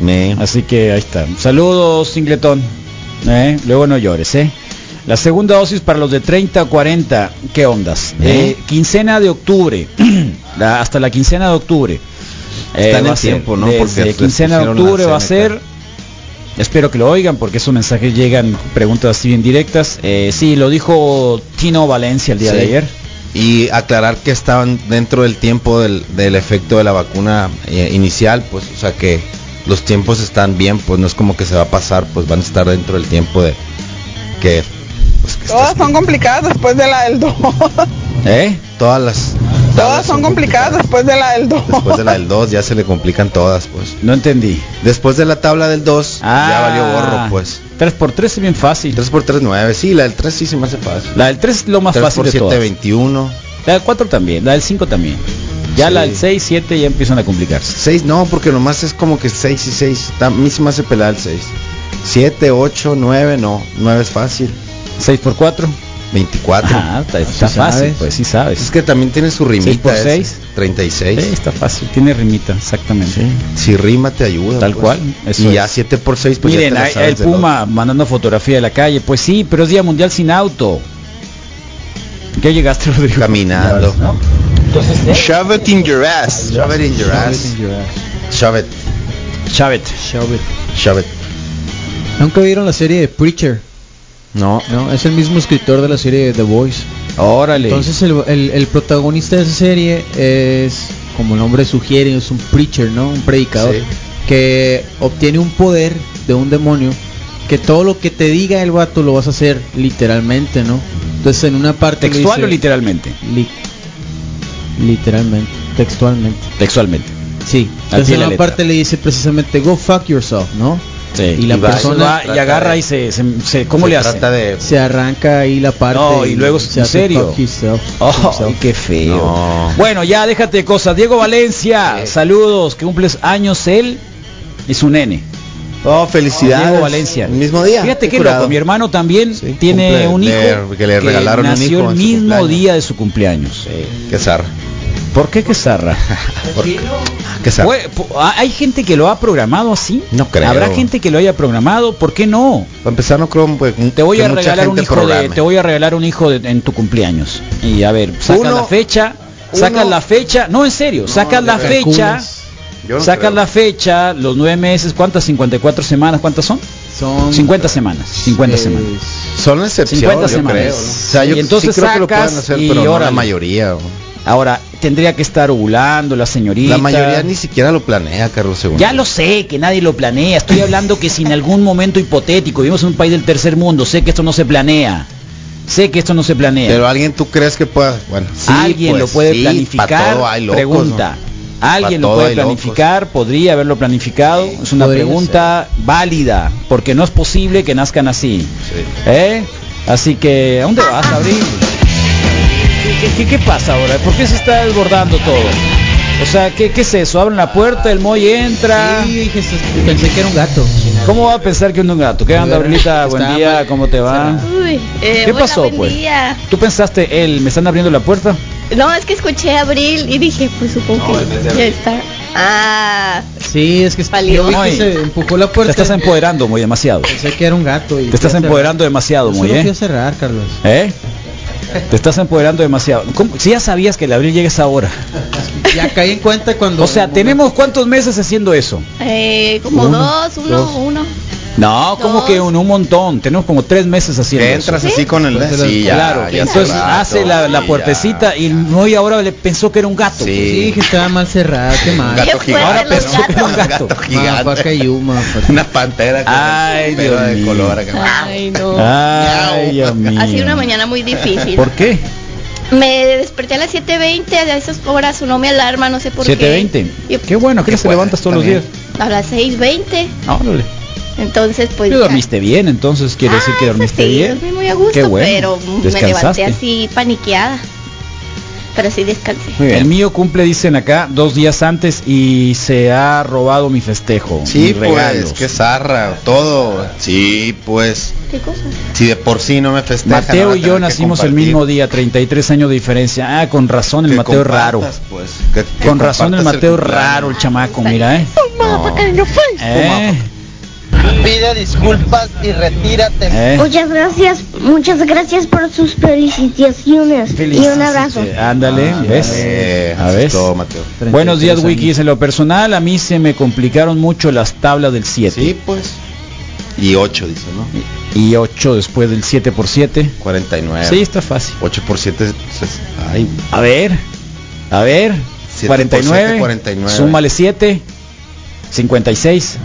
Me.
Así que ahí está. Saludos, Singletón. Eh, Luego no llores, ¿eh? La segunda dosis para los de 30 a 40, ¿qué ondas?
¿Eh?
Eh, quincena de octubre, la- hasta la quincena de octubre. Eh,
Están en
va a ser
tiempo, ¿no?
desde
Porque les
quincena de
pusieron la
octubre va a
CNK.
ser. Espero que lo oigan porque esos mensajes llegan, preguntas así bien directas. Eh, sí, lo dijo Tino Valencia el día de
Sí.
ayer.
Y aclarar que estaban dentro del tiempo del, del efecto de la vacuna eh, inicial, pues, o sea que los tiempos están bien, pues no es como que se va a pasar, pues van a estar dentro del tiempo de que
Todas son complicadas después de la del 2.
¿Eh?
Todas las
Todas son complicadas después de la del 2.
después de la del 2 ya se le complican todas, pues.
No entendí.
Después de la tabla del 2 ya
Ah.
valió gorro, pues.
3x3 es bien fácil.
3x3 9, sí, la del 3 sí se me hace fácil.
La del 3 es lo más
3
fácil
por
de
7,
todas.
21.
La del 4 también, la del 5 también. Ya la
Sí.
del 6, 7 ya empiezan a complicarse.
6 no, porque nomás es como que 6 y 6. A mí se me hace pelada el 6. 7, 8, 9, no. 9 es fácil.
6 por 4.
24.
Ah, está, está
sí
fácil,
sabes.
pues sí sabes.
Es que también tiene su rimita.
Seis por
esa,
seis.
36.
Sí, está fácil, tiene rimita, exactamente.
Si rima te ayuda.
Tal
pues.
cual, eso
y
es.
ya 7 por 6, pues
Miren,
ya te la
ahí-
sabes
el
de loco.
Puma mandando fotografía de la calle. Pues sí, pero es Día Mundial sin auto. ¿Qué llegaste, Rodrigo?
Caminando.
Shove it in your ass.
Shove it in your ass. Shove it.
Chávez.
Shove it.
¿Nunca vieron la serie de Preacher?
No.
No, es el mismo escritor de la serie de The Voice.
Órale.
Entonces el, el- el protagonista de esa serie es, como el nombre sugiere, es un preacher, ¿no? Un predicador.
Sí.
Que obtiene un poder de un demonio que todo lo que te diga el vato lo vas a hacer literalmente, ¿no? Entonces en una parte... le
¿Textual
dice-
o literalmente?
Li- literalmente, textualmente.
Textualmente.
Sí.
Al pie
Entonces
de
en
la
una
letra.
parte le dice precisamente, go fuck yourself, ¿no?
Sí,
Y la
va,
persona...
va y agarra y se, se- se- ¿cómo
Se
le hace?
trata de.
Se arranca ahí la parte.
No, y luego,
se
¿en
hace
serio?
fuck yourself,
Oh,
yourself.
qué feo.
No.
Bueno, ya déjate de cosas. Diego Valencia, saludos, que cumples años él y su nene.
Oh, felicidades.
Diego Valencia.
El mismo día.
Fíjate
Qué
que
curado.
loco, mi hermano también tiene
cumple-
un hijo
le- que le regalaron un
nació
hijo
el
en su
mismo
cumpleaños.
día de su cumpleaños.
Qué zarra.
¿Por qué que zarra?
Por- Qué zarra.
Fue- pu- ¿ha- ¿Hay gente que lo ha programado así?
No creo.
¿Habrá gente que lo haya programado? ¿Por qué no?
Para empezar, no creo pues,
Te voy
que
a
mucha
regalar un
gente
hijo de,
programe.
te voy a regalar un hijo de- en tu cumpleaños. Y a ver, saca
Uno-
la fecha, saca
uno-
la fecha, no en serio, saca la
creo.
fecha,
Calculas.
Yo no
saca
creo.
la fecha, los nueve meses, ¿cuántas? 54 semanas, ¿cuántas son?
Son
50 semanas, 50 semanas.
Son la excepción,
50
yo
semanas.
creo. ¿no? O sea, yo
Y entonces
sí creo que lo
sacas
pueden hacer,
y
pero no la
órale.
mayoría. o-
Ahora, tendría que estar ovulando la señorita.
La mayoría ni siquiera lo planea, Carlos II.
Ya lo sé, que nadie lo planea. Estoy hablando que si en algún momento hipotético vivimos en un país del tercer mundo, sé que esto no se planea. Sé que esto no se planea.
Pero alguien tú crees que pueda, bueno, sí,
alguien
pues,
lo puede
sí, pa'
planificar.
todo hay locos,
pregunta. Alguien
Pa'
lo
todo
puede
hay locos.
planificar, podría haberlo planificado. es una
podría
pregunta válida, porque no es posible que nazcan así.
¿no? Sí.
¿Eh? Así que, ¿a dónde vas, Abril? ¿Qué, qué, qué pasa ahora? ¿Por qué se está desbordando todo? O sea, ¿qué, qué es eso? Abren la puerta, el Moy entra.
Sí, dije, "Sos- pensé que era un gato.
¿Cómo va a pensar que uno es un gato? ¿Qué onda, Abrilita? Buen
Está
día,
mal.
¿cómo te va?
Uy, eh,
¿Qué
hola,
pasó,
buen
pues?
día.
¿Tú pensaste, él, me están abriendo la puerta?
No, es que escuché a Abril y dije, pues supongo
No, en vez de
que ya
Abril.
está. Ah,
Sí, es que
Valió.
yo vi que
Ay.
se empujó la
Te
puerta.
estás empoderando, Moy, demasiado.
Pensé que era un gato. Y
Te estás empoderando demasiado,
muy
Moy,
bien. fui
¿eh?
a cerrar, Carlos.
¿Eh? Te estás empoderando demasiado. ¿Cómo? Si ya sabías que el abril llega a esa hora.
Ya caí en cuenta cuando.
O sea, tenemos cuántos meses haciendo eso.
eh, como
Uno,
dos, uno,
dos.
uno.
No, como
Dos.
que un, un montón. Tenemos como tres meses haciendo
Que
eso.
entras así con el...
Pues,
Sí, ya,
claro,
ya
entonces
hace rato,
hace la, la
sí,
puertecita y Moy ahora le pensó que era un gato.
Sí,
Sí,
dije, estaba mal cerrada, qué
un
mal.
gato
Qué fuerte
gigante.
los
¿no?
gatos.
Un gato
pues,
Mafaca
gigante.
y Uma, mafaca.
Una pantera con
Ay,
el pelo
Dios
de
mío.
color acá.
Ay, no.
Ay, Dios mío.
Ha sido una mañana muy difícil.
¿Por qué?
Me desperté a las 7.20, a esas horas no me alarma, no sé por qué.
7.20. Qué, bueno, que
Qué
se
buena,
levantas todos los
también.
días.
A las 6.20.
Órale.
Entonces, pues...
Tú
ya.
dormiste bien, entonces quiere decir
Ah,
que
eso
dormiste
sí,
bien.
Dormí muy a gusto,
Qué bueno.
pero me levanté
Descansaste.
así paniqueada.
pero sí descansé.
El mío cumple, dicen acá, dos días antes y se ha robado mi festejo.
Sí,
mis regalos.
pues, qué zarra, todo. Sí, pues.
¿Qué cosa?
Si de por sí no me festejan.
Mateo
ahora
y
tener
yo
que
nacimos el
compartir.
mismo día, 33 años de diferencia. Ah, con razón el
Que
Mateo es raro.
compartas, pues, que- que
Con razón el
compartas
Mateo es
cumpleaños.
raro, el chamaco, mira, eh. Eh,
Pide disculpas y retírate.
eh.
Muchas gracias, muchas gracias por sus felicitaciones y un abrazo.
Eh, Ándale,
Ah,
¿ves? ¿Eh? A ver.
Todo, Mateo.
Buenos días,
33
Wiki. En lo personal, a mí se me complicaron mucho las tablas del 7.
Sí, pues. Y 8, dice, ¿no?
Y 8 después del 7 por 7.
49.
Sí, está fácil.
8 por 7, ay.
A ver, a ver.
Siete por siete,
49,
49.
Súmale 7. 56.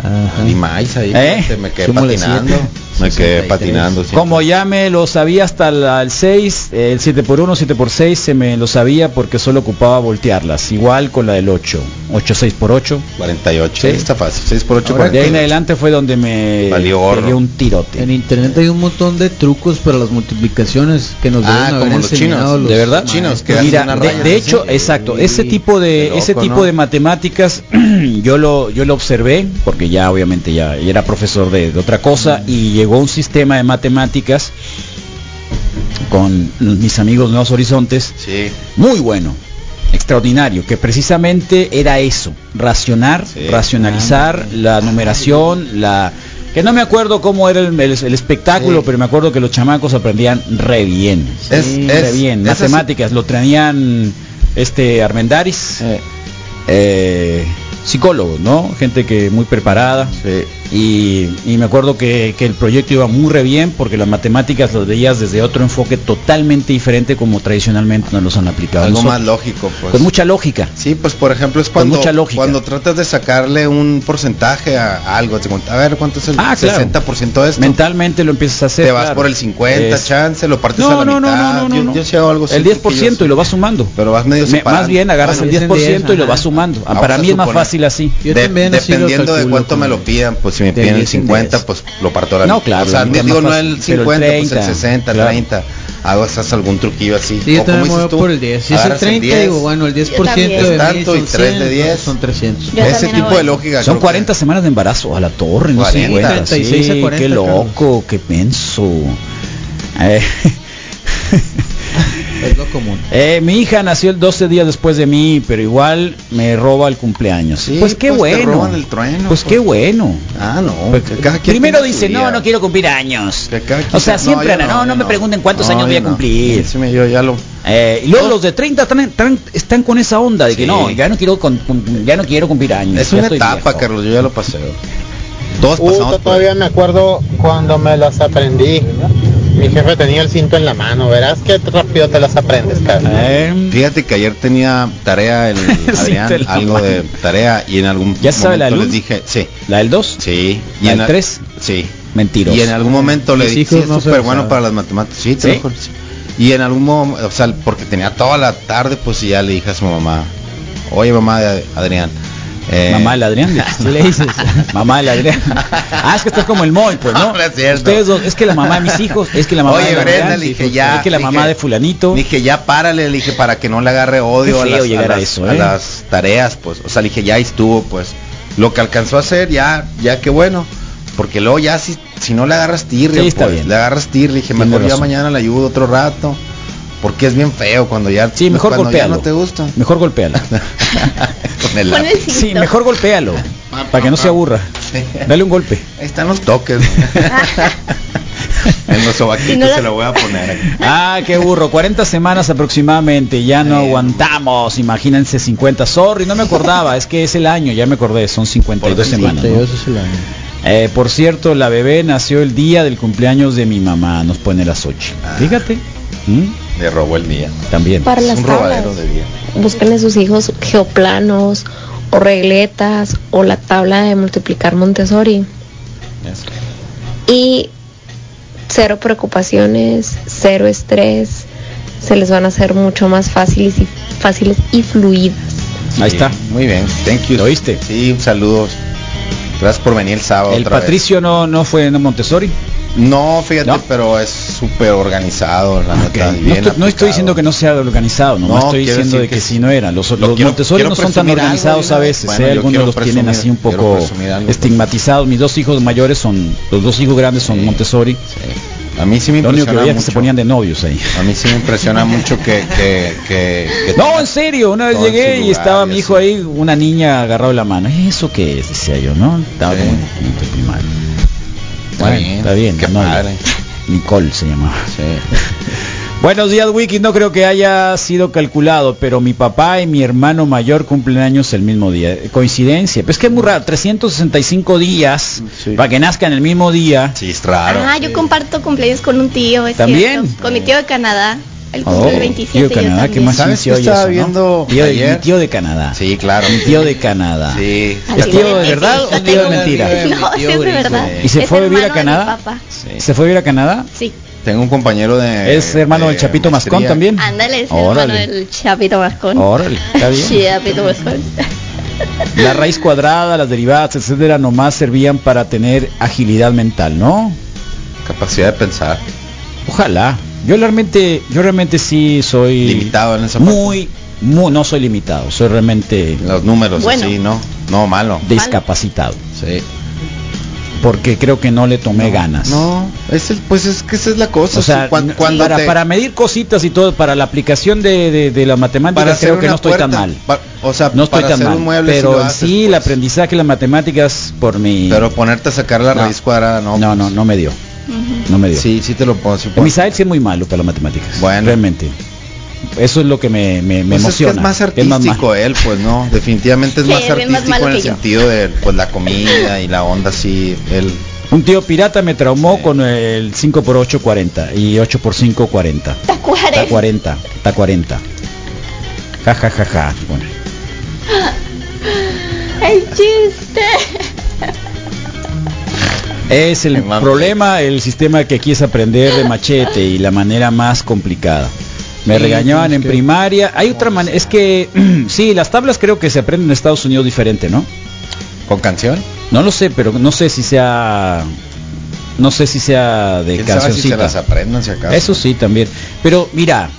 Y más ahí,
¿Eh?
fíjate, me quedé
Súmale
patinando.
siete.
Me quedé patinando. sí.
Como ya me lo sabía hasta la- el 6, el 7 por 1, 7 por 6, se me lo sabía porque solo ocupaba voltearlas. Igual con la del 8. 8, 6 por 8.
48. Sí, está fácil. 6 por 8,
De ahí en
48.
adelante fue donde me
Valió gorro.
pegué un tirote.
En internet hay un montón de trucos para las multiplicaciones que nos deben
Ah,
haber
como los
enseñado
chinos,
los
de verdad
chinos que hacen
Mira,
una
de,
raya
de
así.
hecho exacto ese tipo de
Qué
ese
loco,
tipo
¿no?
de matemáticas yo lo yo lo observé porque ya obviamente ya, ya era profesor de, de otra cosa y llegó un sistema de matemáticas con mis amigos Nuevos Horizontes
Sí.
muy bueno extraordinario que precisamente era eso racionar racionalizar
Ah.
la numeración la que no me acuerdo cómo era el, el- el espectáculo, pero me acuerdo que los chamacos aprendían re bien.
Es-
re
es-
bien.
es así.
Matemáticas, lo traían este Armendaris. eh, psicólogos, ¿no? Gente que muy preparada. Y, y me acuerdo que, que el proyecto iba muy re bien porque las matemáticas las veías desde otro enfoque totalmente diferente como tradicionalmente nos los han aplicado.
Algo
nosotros.
más lógico, pues.
Con mucha lógica.
Sí, pues por ejemplo es
Con
cuando,
mucha lógica.
cuando tratas de sacarle un porcentaje a algo, haz de cuenta, a ver cuánto es el
Ah, claro.
60% de esto.
Mentalmente lo empiezas a hacer.
te vas
claro.
por el 50,
Es-
chance, lo partes
No,
a la
no, no,
mitad.
no, no,
yo,
no.
yo sí hago algo
El 10% y lo vas sumando.
Pero vas medio
Me-
separando.
más bien agarras
Bueno,
el 10% y lo vas sumando. Ah,
Vamos
Para
a
mí es más
suponer.
fácil así.
Yo
De-
también así lo
dependiendo de
calculo
cuánto
como-
me lo pidan, pues si me
de
piden
10
el
en
50, pues lo parto a la
No,
mitad.
claro,
O sea,
la mitad
digo
más
no
fácil, pero el
el 50, pues
30,
el 60,
claro.
30. Hago haces algún truquillo así.
Sí, yo
O como
también me
dices
voy
tú,
por el 10. Si es el
agarras
30, digo, bueno, el 10%
también.
de
Es
mil
tanto y
son
tres de
100,
10.
son 300.
Yo
Ese
también
tipo
voy.
de lógica.
Son
creo que-
40 semanas de embarazo a la torre, no
40.
50.
36 a
sí,
40,
qué loco, qué penso. Eh,
Es lo común.
eh, mi hija nació el 12 días después de mí, pero igual me roba el cumpleaños.
Sí,
pues qué
pues te
bueno.
roban el trueno,
pues, qué
pues.
bueno.
Ah, no.
Pues,
que cada quien
primero
tiene su
dice, no,
día.
no quiero cumplir años.
Que cada quien
O sea,
dice,
siempre,
yo
Ana, no,
yo
no me pregunten cuántos años
yo
voy a cumplir.
Sí, me- yo ya lo-
Eh, y luego los de 30 están, están- están con esa onda de que
Sí.
no, ya no quiero con- con- ya no quiero cumplir años.
Es
ya
una
estoy
etapa,
viejo.
Carlos, yo ya lo pasé. Todos pasamos
Puta,
por
todavía me acuerdo cuando me las aprendí. Mi jefe tenía el cinto en la mano. Verás qué rápido te las aprendes, Carlos.
Eh,
Fíjate que ayer tenía tarea el
Sí,
Adrián,
te lo
algo de tarea y en algún
¿Ya sabe la luz?
momento les dije, sí,
la del 2,
sí, y
la del
en la-
3,
sí.
mentiroso.
Y en algún momento le
Mis
dije,
hijos
es
no se
súper
lo
bueno
saben.
para las matemáticas. Sí, te
¿Sí?
lo juro, sí. Y en algún momento, o sea, porque tenía toda la tarde, pues y ya le dije a su mamá, oye mamá de Adrián. eh,
Mamá del Adrián,
¿Qué le dices?
mamá del Adrián. Ah, es que estás como el Moy, pues, ¿no?
No, no es cierto.
Ustedes dos, es que la mamá de mis hijos, es que la mamá
Oye,
de
Brenda, le dije, ya,
pues, es que la
dije-
mamá de fulanito.
Le dije, ya párale, le dije, para que no le agarre
Qué
odio a
feo
las, a
llegar a
las-
eso,
a
¿eh?
las tareas, pues. O sea, le dije, ya estuvo, pues. Lo que alcanzó a hacer, ya, ya qué bueno. Porque luego ya si, si no le agarras tirria,
Sí, está
pues,
bien.
le agarras tirria, le dije,
Tiene
mejor ya
razón.
mañana le ayudo otro rato. Porque es bien feo cuando ya,
Sí, mejor
cuando ya
golpéalo.
no te gusta.
Mejor golpéalo.
Con el
Pon el
lápiz.
cinto.
Sí, mejor golpéalo. Para que no se aburra. Dale un golpe.
Ahí están los toques. en los sobaquitos
Si no
se
las-
lo voy a poner. aquí.
Ah, qué burro. 40 semanas aproximadamente. Ya no
Bien.
aguantamos. Imagínense 50. Sorry, no me acordaba. Es que es el año. Ya me acordé. Son 52 semanas. ¿no?
32 es el año.
Eh, por cierto, la bebé nació el día del cumpleaños de mi mamá. Nos pone las 8.
Ah.
Fíjate. ¿Mm?
Le robó el día.
También.
Para
Es
las
un
tablas,
robadero de día.
busquen en sus hijos geoplanos o regletas o la tabla de multiplicar Montessori. Y cero preocupaciones, cero estrés, se les van a hacer mucho más fáciles y, fáciles y fluidas.
Ahí
Sí,
está.
Muy bien. Thank you.
¿Lo oíste?
Sí, saludos. Gracias por venir el sábado.
El
otra vez.
Patricio no, no fue en Montessori.
No, fíjate,
¿No?
pero es súper organizado, la neta,
Ok.
bien
no, no estoy diciendo que no sea organizado, no,
No,
estoy diciendo
quiero decir
de que,
que
si no eran. Los, los
quiero-
Montessori
quiero
no son tan
presumir algo,
organizados
¿no?
a veces,
Bueno,
¿eh?
yo
algunos
quiero
los tienen
presumir,
así un
quiero
poco
presumir algo. pues.
estigmatizados. Mis dos hijos mayores son, los dos hijos grandes son Montessori.
A mí sí me
Lo único que
impresiona
veía es que
mucho.
se ponían de novios ahí.
A mí sí me impresiona mucho que... que, que, que
No, en serio, una vez
Todo en
llegué
su
y
lugar
estaba
y
mi hijo ahí, una niña agarrado la mano. ¿Eso qué es? Decía yo, ¿no? Estaba como en quinto de primaria. Bueno,
bien,
está bien,
qué
no,
padre.
Nicole se llamaba. Buenos días, Wiki. No creo que haya sido calculado, pero mi papá y mi hermano mayor cumplen años el mismo día. Eh, Coincidencia. Pues es que es muy raro, 365 días para que nazcan el mismo día.
Sí, es raro.
Ah, yo comparto cumpleaños con un tío. es
¿También?
cierto. Con mi tío de Canadá.
Oh.
El cumple el 27
Oh, tío de
y yo
Canadá,
también.
que más
¿Sabes
inició
qué
y
estaba
eso, ¿no?
viendo
Tío de-
ayer?
mi tío de Canadá.
Sí, claro.
Mi tío de Canadá.
Sí.
Así
¿Es tío
me
de verdad o
metí.
tío de mentira?
No, sí es de verdad.
¿Y se
Es
fue a vivir a
hermano de mi
Canadá?
papá.
¿Se fue a vivir a Canadá?
Sí.
Tengo un compañero de...
¿Es hermano del Chapito
maestría.
Mascón también?
Ándale, es
Órale.
hermano del Chapito Vascón.
Órale, está bien.
Chapito Vascón.
La raíz cuadrada, las derivadas, etcétera, nomás servían para tener agilidad mental, ¿no?
Capacidad de pensar.
Ojalá. Yo realmente, yo realmente sí soy
Limitado en esa parte.
muy, muy, no soy limitado, soy realmente
Los números,
Bueno.
así, ¿no? No, malo.
discapacitado,
Sí.
porque creo que no le tomé ganas.
No, es el- pues es que esa es la cosa.
O sea,
sí, cuan-
n-
cuando
para,
te-
para medir cositas y todo, para la aplicación de, de, de la matemática
para hacer
creo que
una
no estoy tan
puerta,
mal.
pa- o sea,
No estoy
para
tan
hacer
mal,
un mueble sí
pero
lo
en
haces,
sí el
pues.
aprendizaje de las matemáticas por mi
Pero ponerte a sacar la
No.
raíz cuadrada, no.
no, no, no me dio. No me dio.
Sí, sí te lo puedo pues. sí
En
puedo-
Misael sí es muy malo para las matemáticas.
Bueno.
Realmente. Eso es lo que me, me, me
Pues es que
emociona.
es más
que es más
artístico él, pues no, definitivamente es
Sí,
más
es bien más
artístico
malo
en el
que yo.
sentido de pues la comida y la onda así, él
mal. Un tío pirata me traumó con el 5x8, 40. Y 8x5, 40. Está
Tacuares.
40. Está 40. Ja, ja, ja, ja. Bueno.
El chiste.
Es el
Ay, mami.
problema, el sistema que aquí es aprender de machete y la manera más complicada. Me
Sí,
regañaban
tienes
en
que-
primaria. Hay otra manera, es que sí, las tablas creo que se aprenden en Estados Unidos diferente, ¿no?
con canción.
No lo sé, pero no sé si sea no sé si sea de
¿Quién sabe si se
cancioncita.
las aprendan si acaso?
Eso sí también. Pero mira,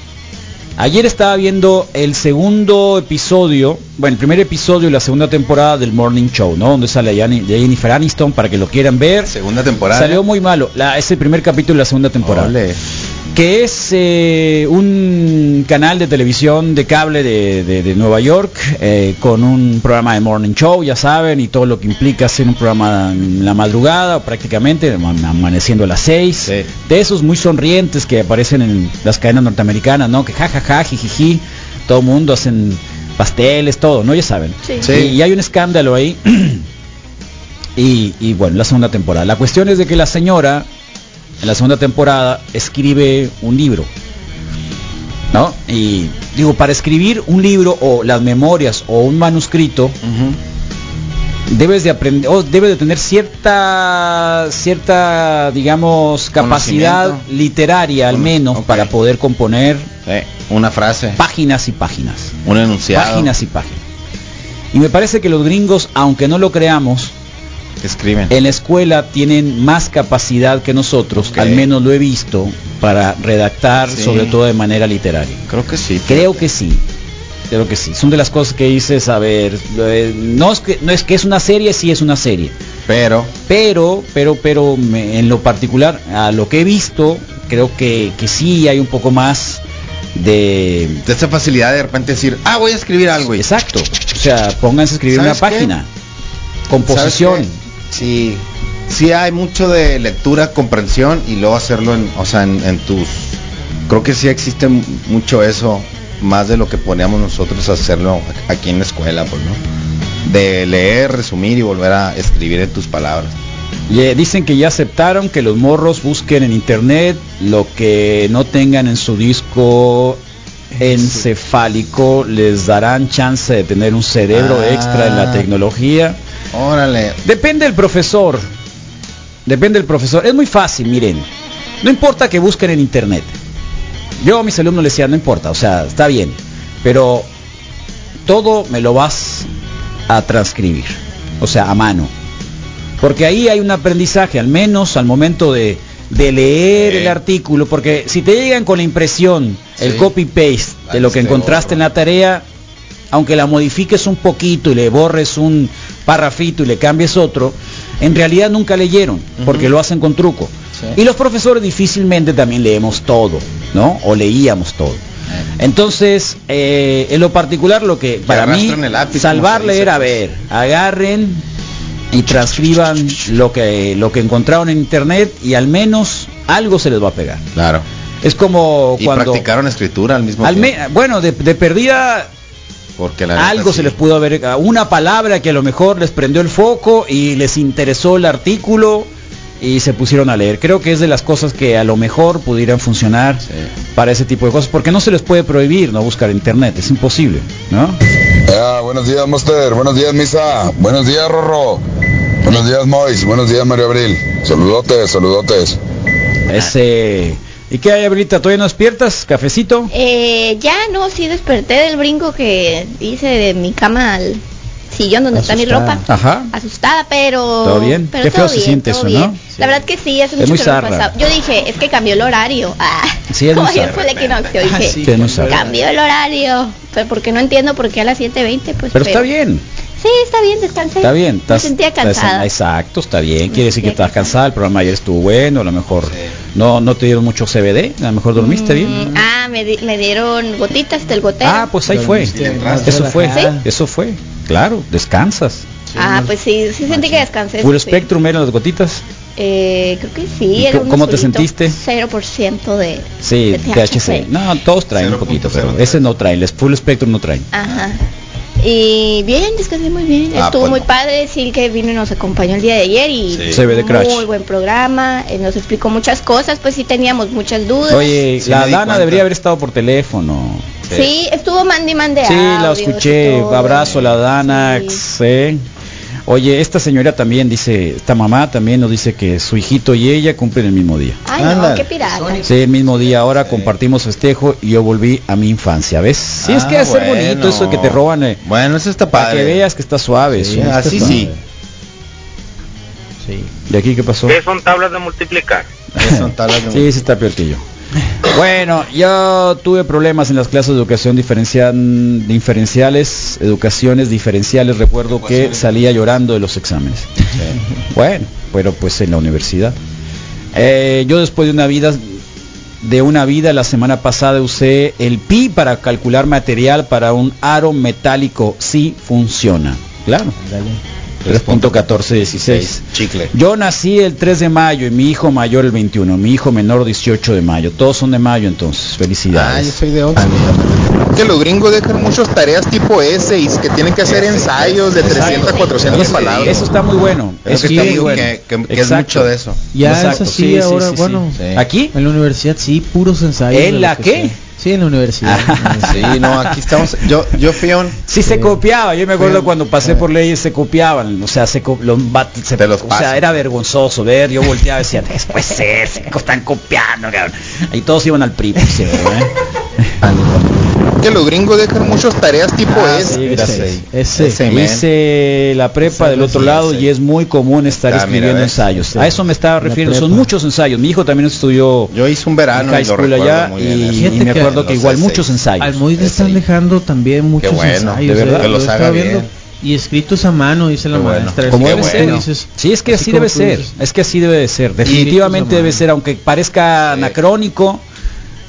ayer estaba viendo el segundo episodio, bueno, el primer episodio y la segunda temporada del Morning Show, ¿no? Donde sale Jan- Jennifer Aniston para que lo quieran ver.
Segunda temporada.
Salió muy malo. La, es el primer capítulo de la segunda temporada.
¿eh? Ole.
Que es eh, un canal de televisión de cable de, de- de Nueva York eh, con un programa de morning show, ya saben, y todo lo que implica hacer un programa en la madrugada o prácticamente am- amaneciendo a las 6.
Sí.
De esos muy sonrientes que aparecen en las cadenas norteamericanas, ¿no? Que jajaja, jijiji, todo mundo hacen pasteles, todo, ¿no? Ya saben.
Sí.
Sí.
Y, y hay un escándalo ahí. y, y bueno, la segunda temporada. La cuestión es de que la señora, en la segunda temporada, escribe un libro. ¿No? Y digo, para escribir un libro o las memorias o un manuscrito,
Ujú.
debes de aprender, o debes de tener cierta, cierta, digamos, capacidad
Conocimiento.
literaria al
Cono-
menos
ok.
para poder componer
Sí, una frase,
páginas y páginas
un enunciado.
páginas y páginas. Y me parece que los gringos, aunque no lo creamos,
escriben.
en la escuela tienen más capacidad que nosotros,
Ok.
al menos lo he visto, para redactar,
Sí.
sobre todo de manera literaria.
Creo que sí.
Creo que sí. Creo que sí. Son de las cosas que dices, a ver, eh, no es que no es que es una serie, sí es una serie.
Pero
Pero, pero, pero me- en lo particular, a lo que he visto, creo que, que sí hay un poco más de,
de esa facilidad de repente decir, "Ah, voy a escribir algo." Y
Exacto. O sea, pónganse a escribir una
¿Sabes qué?
página. Composición.
¿Sabes qué? Sí, sí hay mucho de lectura, comprensión y luego hacerlo en, o sea, en, en tus. Creo que sí existe mu- mucho eso, más de lo que poníamos nosotros a hacerlo aquí en la escuela, pues, ¿no? De leer, resumir y volver a escribir en tus palabras.
Le dicen que ya aceptaron que los morros busquen en internet lo que no tengan en su disco encefálico. Les darán chance de tener un cerebro
Ah.
extra en la tecnología.
Órale.
Depende del profesor. Depende del profesor. Es muy fácil, miren. No importa que busquen en internet. Yo a mis alumnos les decía, no importa, o sea, está bien. Pero todo me lo vas a transcribir. O sea, a mano. Porque ahí hay un aprendizaje, al menos al momento de, de leer el artículo, porque si te llegan con la impresión, el copy-paste de lo que encontraste en la tarea, aunque la modifiques un poquito y le borres un parrafito y le cambies otro, en realidad nunca leyeron, porque lo hacen con truco. Y los profesores difícilmente también leemos todo, ¿no? O leíamos todo. Entonces, eh, en lo particular, lo que para mí,
arrastran el lápiz, como
salvar
se dice, pues.
leer, a ver, agarren y transcriban lo que, lo que encontraron en internet y al menos algo se les va a pegar.
Claro.
Es como
Y
cuando...
practicaron escritura al mismo
al me-
tiempo.
bueno, de, de perdida
Porque la neta
algo
sí.
se les pudo haber, una palabra que a lo mejor les prendió el foco y les interesó el artículo y se pusieron a leer. Creo que es de las cosas que a lo mejor pudieran funcionar para ese tipo de cosas, porque no se les puede prohibir no buscar internet, es imposible, ¿no?
Ah, buenos días, Monster. Buenos días, Misa. Buenos días, Rorro. Buenos días, Mois. Buenos días, Mario Abril. Saludotes, saludotes.
Ese ¿Y qué hay, Abrilita? ¿Todavía no despiertas? ¿Cafecito?
Eh, ya no, sí desperté del brinco que hice de mi cama al sillón donde está mi
Asustada.
ropa.
Ajá.
Asustada, pero...
¿Todo bien?
pero
Qué feo
todo
se
bien,
siente
todo
eso,
bien.
¿no?
La verdad que sí, hace
Es
mucho
muy
que no me
zarra.
pasaba. Yo dije, es que cambió el horario. Ah,
Sí, es
como
muy
ayer
zarra.
fue el equinoccio, dije,
Ah, sí, es muy zarra.
cambió el horario. Pero porque no entiendo por qué a las 7.20, pues...
Pero está bien,
Sí, está bien, descansé.
está bien.
Me
estás-
sentía
estás-
cansada.
exacto, está bien. Quiere decir que estás cansada, el programa ayer estuvo bueno, a lo mejor no, no te dieron mucho CBD, a lo mejor dormiste bien.
Mm, Ah, me, di- me dieron gotitas del gotero.
Ah, pues ahí fue. Eso fue. Eso fue. Claro, descansas.
ah, pues sí, sí sentí que descansé.
Puro
sí.
espectrum eran las gotitas.
Eh, creo que
¿Y
sí. Era
cómo-
un
cómo te
azulito,
sentiste?
0% de...
Sí,
de
THC. No, todos traen un poquito, pero ese no traen, les full spectrum no traen.
Ajá. Y bien, descansé muy bien.
Ah,
Estuvo
pues
muy padre. Sí, que vino y nos acompañó el día de ayer y
Sí. Se ve de crash.
muy buen programa. eh, nos explicó muchas cosas, pues sí teníamos muchas dudas.
Oye,
Sí,
la
me di
Dana
cuenta.
debería haber estado por teléfono.
Sí, estuvo Mandy Mande.
eh, Sí, la escuché. Abrazo, la Danax. eh. Oye, esta señora también dice, esta mamá también nos dice que su hijito y ella cumplen el mismo día.
Ah,
Ay, no, qué pirata.
Sí, el mismo día, ahora compartimos festejo y yo volví a mi infancia, ¿ves? Sí, es que
Ah,
hace bonito
bueno.
eso de que te roban. eh,
Bueno, eso está
para que
padre.
veas que está suave.
Sí,
eso, está
así
suave.
sí.
Sí. ¿Y aquí qué pasó?
¿Qué son tablas de multiplicar?
sí, sí está peor que yo. Bueno, yo tuve problemas en las clases de educación diferencian- diferenciales, educaciones diferenciales. Recuerdo que salía llorando de los exámenes. Bueno, pero pues en la universidad. Eh, yo después de una vida, de una vida la semana pasada usé el pi para calcular material para un aro metálico. Sí funciona, claro. 3.1416.
Chicle.
Yo nací el 3 de mayo y mi hijo mayor el 21, mi hijo menor 18 de mayo. Todos son de mayo entonces.
Ah, yo
este
Felicidades.
soy de otro. Que los gringos dejan muchas tareas tipo essays, que tienen que hacer ensayos de 300, 400
Eso-
palabras.
Eso está muy bueno.
Es
Eso
que
está
sí,
muy bueno.
que-
que- que es
Exacto.
mucho de eso.
Ya
Exacto,
es así
sí, sí,
ahora,
sí, sí.
bueno.
¿Aquí?
En la universidad sí, puros ensayos.
¿En
de
la
lo que
qué?
sea. Sí, en la universidad.
Sí, no, aquí estamos. Yo, yo fui a un.
Sí, se copiaba, yo me acuerdo cuando pasé por leyes se copiaban, o sea, se co- los bat- se- o sea, era vergonzoso ver, yo volteaba y decía, después se se co- están copiando, cabrón. Ahí todos iban al PRI, pues, sí, ¿verdad?
Que los gringos dejan muchas tareas tipo
¿eh? Ah,
essays.
sí, gracias. Ese,
Ese, man.
Hice la prepa del otro lado y es muy común estar
Ah, mira,
escribiendo
¿ves?
ensayos.
Sí.
A eso me estaba
La
refiriendo. Son
prepa.
muchos ensayos. Mi hijo también estudió
Yo hice un verano
high
y lo
school
recuerdo
allá
muy
y,
bien.
y me acuerdo que igual muchos ensayos.
Al Mois le están dejando también muchos
bueno,
ensayos.
de
¿eh?
verdad. Que
yo
los
estaba
haga
viendo,
bien.
Y escritos a mano, dice la maestra.
Como
Así
debe
como
ser.
tú dices,
Sí, es que así,
así como
debe
tú
ser.
dices.
Es que así debe de ser. Definitivamente debe ser, aunque parezca anacrónico.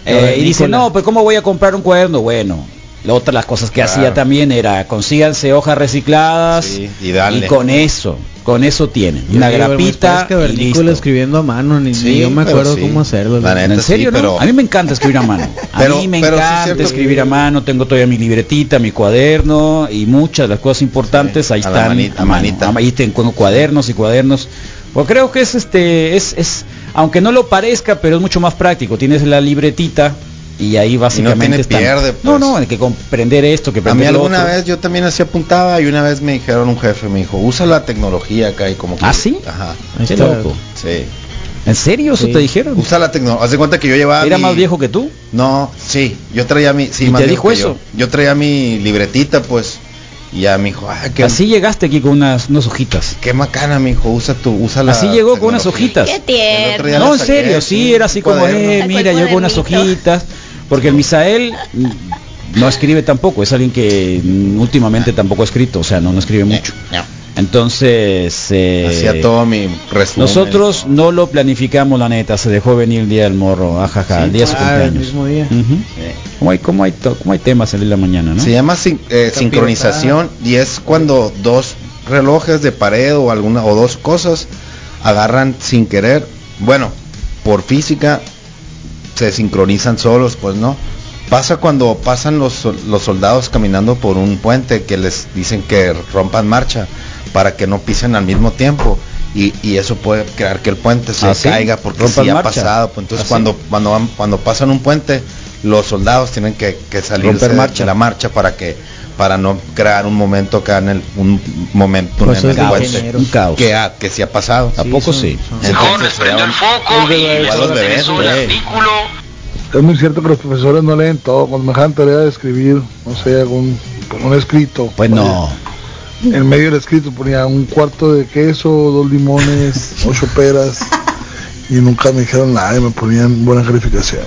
eh, y
Cavernícola.
dice, no, pues ¿cómo voy a comprar un cuaderno? Bueno, la otra las cosas que
Claro.
hacía también era, consíganse hojas recicladas
y dale.
con eso, con eso tienen.
Yo
una
digo, el Mois
grapita
parece cavernícola escribiendo a mano, ni, ni
Sí,
yo me
pero
acuerdo
sí.
cómo hacerlo.
La neta, ¿En serio,
sí,
no?
pero-
A mí me encanta escribir a mano. A
Pero-
mí me
pero sí es
encanta
cierto que-
escribir a mano. Tengo todavía mi libretita, mi cuaderno y muchas de las cosas importantes ahí
a la
están.
manita,
a mano. Ah, Ahí tengo cuadernos y cuadernos. Pues creo que es este, es, es, aunque no lo parezca, pero es mucho más práctico. Tienes la libretita y ahí básicamente
tiene
están-
pierde, pues.
No, no, hay que comprender esto, que
A mí
aprender lo
alguna
otro.
vez yo también así apuntaba y una vez me dijeron un jefe, me dijo, usa la tecnología acá y como que... ¿Ah, sí? Ajá.
Ahí Qué está. loco.
Sí.
¿En serio eso
Sí.
te dijeron?
Usa la tecnología. Haz de cuenta que yo llevaba...
¿Era
mi-
más viejo que tú?
No, sí. Yo traía mi... Sí,
¿Y
más
te dijo
viejo que
eso?
Yo. Yo traía mi libretita, pues. Y ya me dijo, ah, qué,
Así llegaste aquí con unas, unas hojitas.
qué macana, me dijo, usa tu, usa la.
Así llegó con unas hojitas.
Qué
El otro
tierno.
día la
No, en
saqué,
serio, sí, era así
un
como,
cuaderno.
eh,
Sacó
mira,
el
llegó unas
cuadernito.
hojitas. Porque el Misael mm, no escribe tampoco, es alguien que mm, últimamente tampoco ha escrito, o sea, no, no escribe mucho.
No.
Entonces, eh,
Hacía todo mi resumen.
nosotros no lo planificamos, la neta, se dejó venir el día del morro, ajaja, el día de su
Ah, el
cumpleaños.
mismo día.
Ujú.
Eh,
¿Cómo hay, cómo hay, to- cómo hay temas en la mañana, no?
Se llama sin- eh, sincronización y es cuando dos relojes de pared o alguna o dos cosas agarran sin querer, bueno, por física se sincronizan solos, pues no. Pasa cuando pasan los, sol- los soldados caminando por un puente que les dicen que rompan marcha para que no pisen al mismo tiempo y, y eso puede crear que el puente se
¿Ah, sí?
caiga porque
Rompan
sí ha
marcha.
pasado. pues, entonces
¿Ah, sí?
cuando cuando van- cuando pasan un puente los soldados tienen que, que salirse
Romper
de-
marcha.
de la marcha para que para no crear un momento acá en el un momento
Pues
en
es
el
de
puente
ingeniero.
Un caos.
que ha- que sí ha pasado
¿A poco sí?
entonces se daban- igual los bebés güey.
Es muy cierto que los profesores no leen todo, cuando me dejan tarea de escribir, no sé, algún un escrito.
Pues no.
En medio del escrito ponía un cuarto de queso, dos limones, ocho peras. Y nunca me dijeron nada y me ponían buena calificación.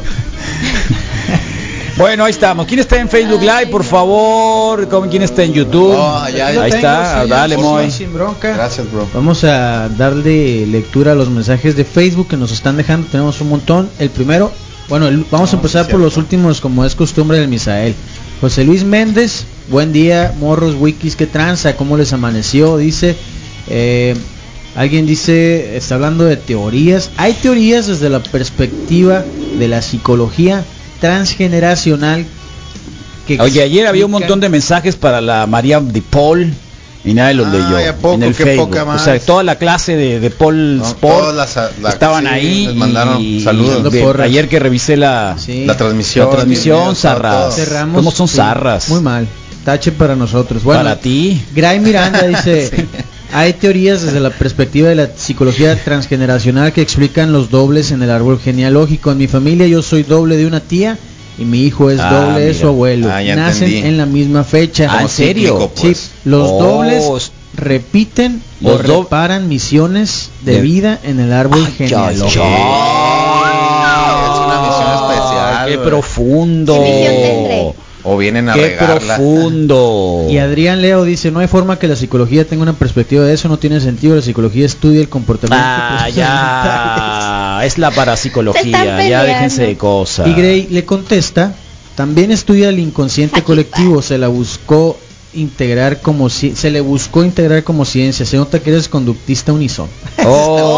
Bueno, ahí estamos. ¿Quién está en Facebook Live, por favor? ¿Con- ¿Quién está en YouTube?
No, ya- ya
ahí
tengo,
está,
sí, ya
dale,
puso
Moy.
Sin bronca.
gracias bro
Vamos a darle lectura a los mensajes de Facebook que nos están dejando. Tenemos un montón. El primero, bueno, el- vamos a empezar por los últimos, como es costumbre del Misael. José Luis Méndez, buen día, morros, wikis, qué tranza, cómo les amaneció, dice. eh, alguien dice, está hablando de teorías. Hay teorías desde la perspectiva de la psicología transgeneracional. Que
Oye, ayer había un
explican-
montón de mensajes para la María de Paul y nadie los
Ay,
leyó.
¿a poco?
En el
Qué
Facebook.
poca
o
más.
sea, toda la clase de, de Paul
No,
Sport
todas las- la-
estaban
sí,
ahí.
les mandaron
y-
saludos.
de-
Porras.
ayer que revisé la,
Sí.
la transmisión
la transmisión,
videos, todo,
zarras.
todo.
Cerramos.
¿Cómo son
sí,
zarras?
Muy mal. Tache para nosotros. Bueno,
para ti.
Gray Miranda dice, hay teorías desde la perspectiva de la psicología transgeneracional que explican los dobles en el árbol genealógico. En mi familia yo soy doble de una tía y mi hijo es
Ah,
doble de
mira.
su abuelo.
Ah, ya
Nacen
entendí.
en la misma fecha.
Ah, ¿en serio?
cíclico,
Sí,
pues.
los
Oh,
dobles repiten o
Los do-
reparan misiones de
De-
vida en el árbol
Ay, ya, ya.
genealógico.
es una misión especial,
Ay, Qué
güey.
profundo.
¿Qué misión tendré?
o vienen a
Qué
regarla
profundo.
Y Adrián Leo dice, no hay forma que la psicología tenga una perspectiva de eso, no tiene sentido, la psicología estudia el comportamiento.
Ah,
pues,
ya. Es la
Se están
parapsicología. Ya
peleando.
déjense de cosas.
Y Gray le contesta, también estudia el inconsciente colectivo, se la buscó integrar como si se le buscó integrar como ciencia, se nota que eres conductista unison.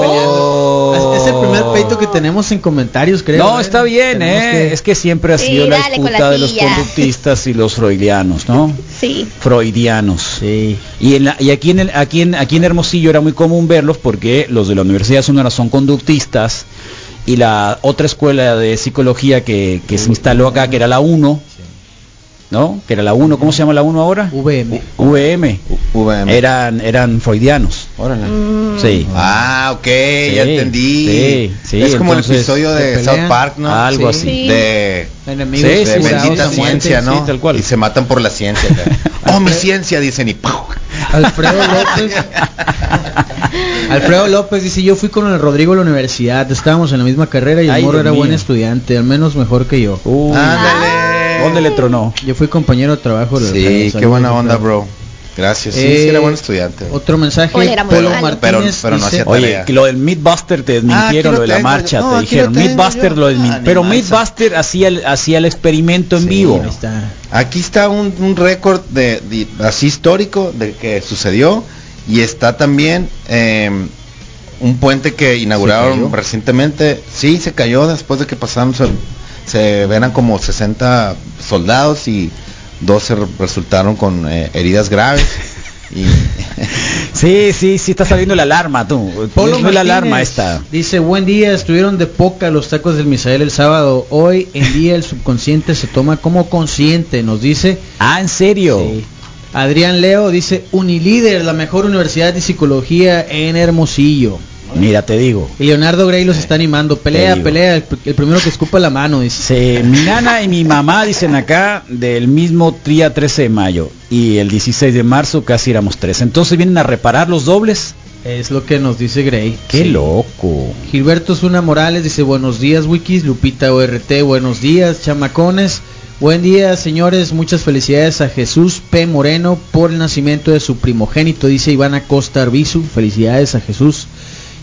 Oh.
Es el primer peito que tenemos en comentarios, creo.
No,
¿eh?
está bien,
Tenemos
¿eh?
que-
Es que siempre ha
Sí,
sido la
dale con la
disputa de los
silla.
conductistas y los freudianos, ¿no?
Sí.
Freudianos.
Sí.
Y, en la- y aquí, en el- aquí, en, aquí en Hermosillo era muy común verlos porque los de la Universidad de Sonora son conductistas y la otra escuela de psicología que, que se instaló acá, que era la 1, ¿no? Que era la 1, ¿cómo se llama la 1 ahora?
VM.
VM.
VM.
Eran, eran freudianos.
Órale.
Mm.
Sí.
ah ok ya
Sí,
entendí
sí, sí,
es como
entonces,
el episodio
se
de
pelean.
South Park no
Algo
Sí.
así.
de
Enemigos
Sí,
de
sí,
jurados
bendita
a muerte.
ciencia, ¿no?
sí, tal cual.
Y se matan por la ciencia. acá. oh, mi ciencia, dicen y ¡pau!
Alfredo López. Alfredo López dice, yo fui con el Rodrigo a la universidad, estábamos en la misma carrera y el
Ay,
morro
Dios
era buen
mío.
estudiante, al menos mejor que yo.
Uy,
Ah, Ándale.
¿Dónde le tronó?
Yo fui compañero de trabajo. del Alfredo,
Sí, qué
saludos,
buena onda,
Alfredo.
bro. Gracias. Sí,
Eh,
sí era buen estudiante.
Otro mensaje,
Oye, era muy
Polo
malo.
Martínez
Pero- pero no
dice,
hacía
"Oye,
Oye,
tarea.
que lo del Meatbuster te
Ah,
desmintieron,
Ah, lo
lo de la
tengo
marcha,
yo. No,
te
aquí
dijeron.
lo tengo
Meatbuster,
yo.
lo del,
Ah,
pero
animal,
Meatbuster hacía el, hacía el experimento en
sí,
vivo.
ahí está.
Aquí está un, un récord de, de- así histórico de que sucedió y está también eh, un puente que inauguraron
cayó?
recientemente. Sí, se cayó después de que pasaron, se, se eran como 60 soldados y 12 resultaron con eh, heridas graves. Y
Sí, sí, sí, está saliendo la alarma, tú.
Polo
no es la
Martínez
alarma esta.
Dice, buen día, estuvieron de poca los tacos del Misael el sábado. Hoy en día el subconsciente se toma como consciente, nos dice.
Ah, ¿en serio?
Sí. Adrián Leo dice, Unilíder, la mejor universidad de psicología en Hermosillo.
Mira, te digo.
Y Leonardo Grey los está animando. Pelea,
digo.
pelea. El, el primero que escupa la mano dice.
Sí, mi nana y mi mamá dicen acá del mismo día 13 de mayo y el 16 de marzo casi éramos tres. Entonces vienen a reparar los dobles.
Es lo que nos dice Grey.
Qué loco.
Gilberto Zuna Morales dice buenos días Wikis, Lupita ORT, buenos días chamacones. Buen día señores, muchas felicidades a Jesús P. Moreno por el nacimiento de su primogénito, dice Iván Acosta Arbizu, felicidades a Jesús.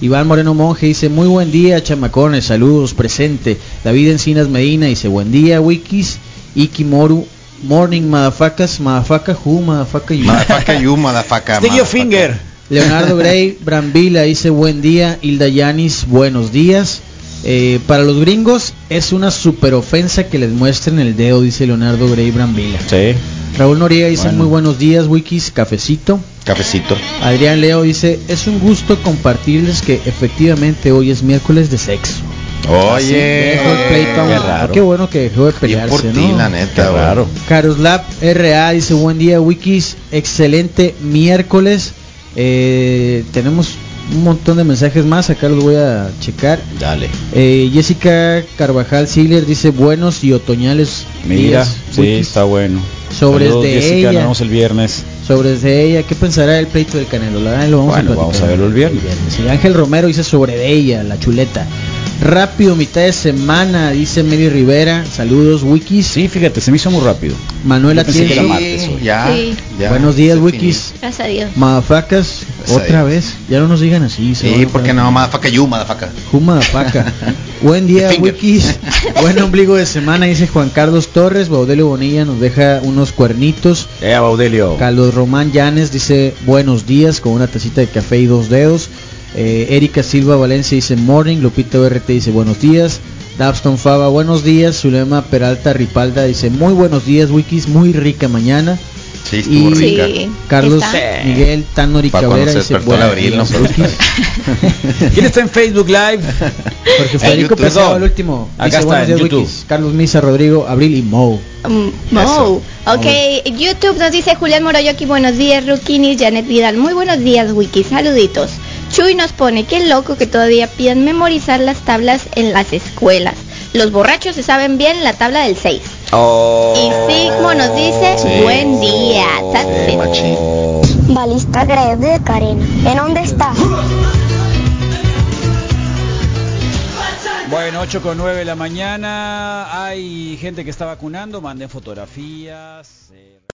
Iván Moreno Monje dice muy buen día chamacones, saludos, presente. David Encinas Medina dice buen día Wikis, Ikimoru, morning madafacas, madafaca who, madafaca you.
Madafaca you, madafaca.
Stick your
madafaca.
finger.
Leonardo Grey Brambila dice buen día, Hilda Yanis, buenos días. Eh, para los gringos es una super ofensa que les muestren el dedo, dice Leonardo Grey Brambila.
Sí.
Raúl Noriega dice
Bueno.
muy buenos días, Wikis, cafecito.
Cafecito.
Adrián Leo dice, es un gusto compartirles que efectivamente hoy es miércoles de sexo.
Ah,
Así
Oye,
dejó el
Eh,
pleito.
qué raro.
Qué bueno Pues que dejó de
Bien
pelearse,
por ti,
¿no?
la neta, güey.
Claro.
Caroslab RA dice buen día Wikis, excelente miércoles. Eh, tenemos un montón de mensajes más, acá los voy a checar.
Dale.
Eh, Jessica Carvajal Ziegler dice buenos y otoñales
Mira,
días,
sí,
Wikis".
está bueno.
Sobres
Saludos,
de
Jessica,
ella.
nos vemos el viernes.
Sobre de ella, ¿qué pensará el pleito del Canelo? La verdad, lo vamos
Bueno,
a platicar
vamos a verlo el viernes.
Sí, Ángel Romero dice sobre de ella, la chuleta. Rápido, mitad de semana, dice Mary Rivera. Saludos, Wikis.
Sí, fíjate, se me hizo muy rápido.
Manuela
Yo pensé que era
Tienzo.
martes hoy.
Ya,
Sí.
ya.
Buenos días,
Se
Wikis.
Gracias a Dios.
Madafacas,
Pues
otra
ahí.
vez. Ya no nos digan así. se
finí.
van
Sí,
a
porque
enojar.
no, madafaca you, madafaca.
Juma Paca. Buen día,
Finger.
Wikis. Buen ombligo de semana, dice Juan Carlos Torres. Baudelio Bonilla nos deja unos cuernitos.
Eh, Baudelio.
Carlos Román Llanes dice buenos días con una tacita de café y dos dedos. Eh, Erika Silva Valencia dice morning. Lupita BRT dice buenos días. Dabston Fava, buenos días. Zulema Peralta Ripalda dice muy buenos días, Wikis. Muy rica mañana.
Sí, estuvo
Y
rica.
Sí.
Carlos
Está.
Miguel Tanori
Para cuando
Cabrera
se
dice
despertó el
buenos
abril,
días,
no
Wikis.
¿Quién está en Facebook Live?
Porque
En
Federico
YouTube.
Pesado el último.
Acá
Dice,
está,
buenos
en
días,
YouTube.
Wikis. Carlos Misa, Rodrigo, Abril y Mo.
Mm,
Eso.
Wow. Ok, YouTube nos dice Julián Moroyoki, buenos días, Rukinis, Janet Vidal, muy buenos días, Wiki, saluditos. Chuy nos pone, qué loco que todavía piden memorizar las tablas en las escuelas. Los borrachos se saben bien la tabla del 6. Y Sigmo nos dice, buen día,
Oh.
that's it.
Machín.
Balista greve, Karina. ¿En dónde estás?
Bueno, 8 con 9 de la mañana. Hay gente que está vacunando. Manden fotografías. eh,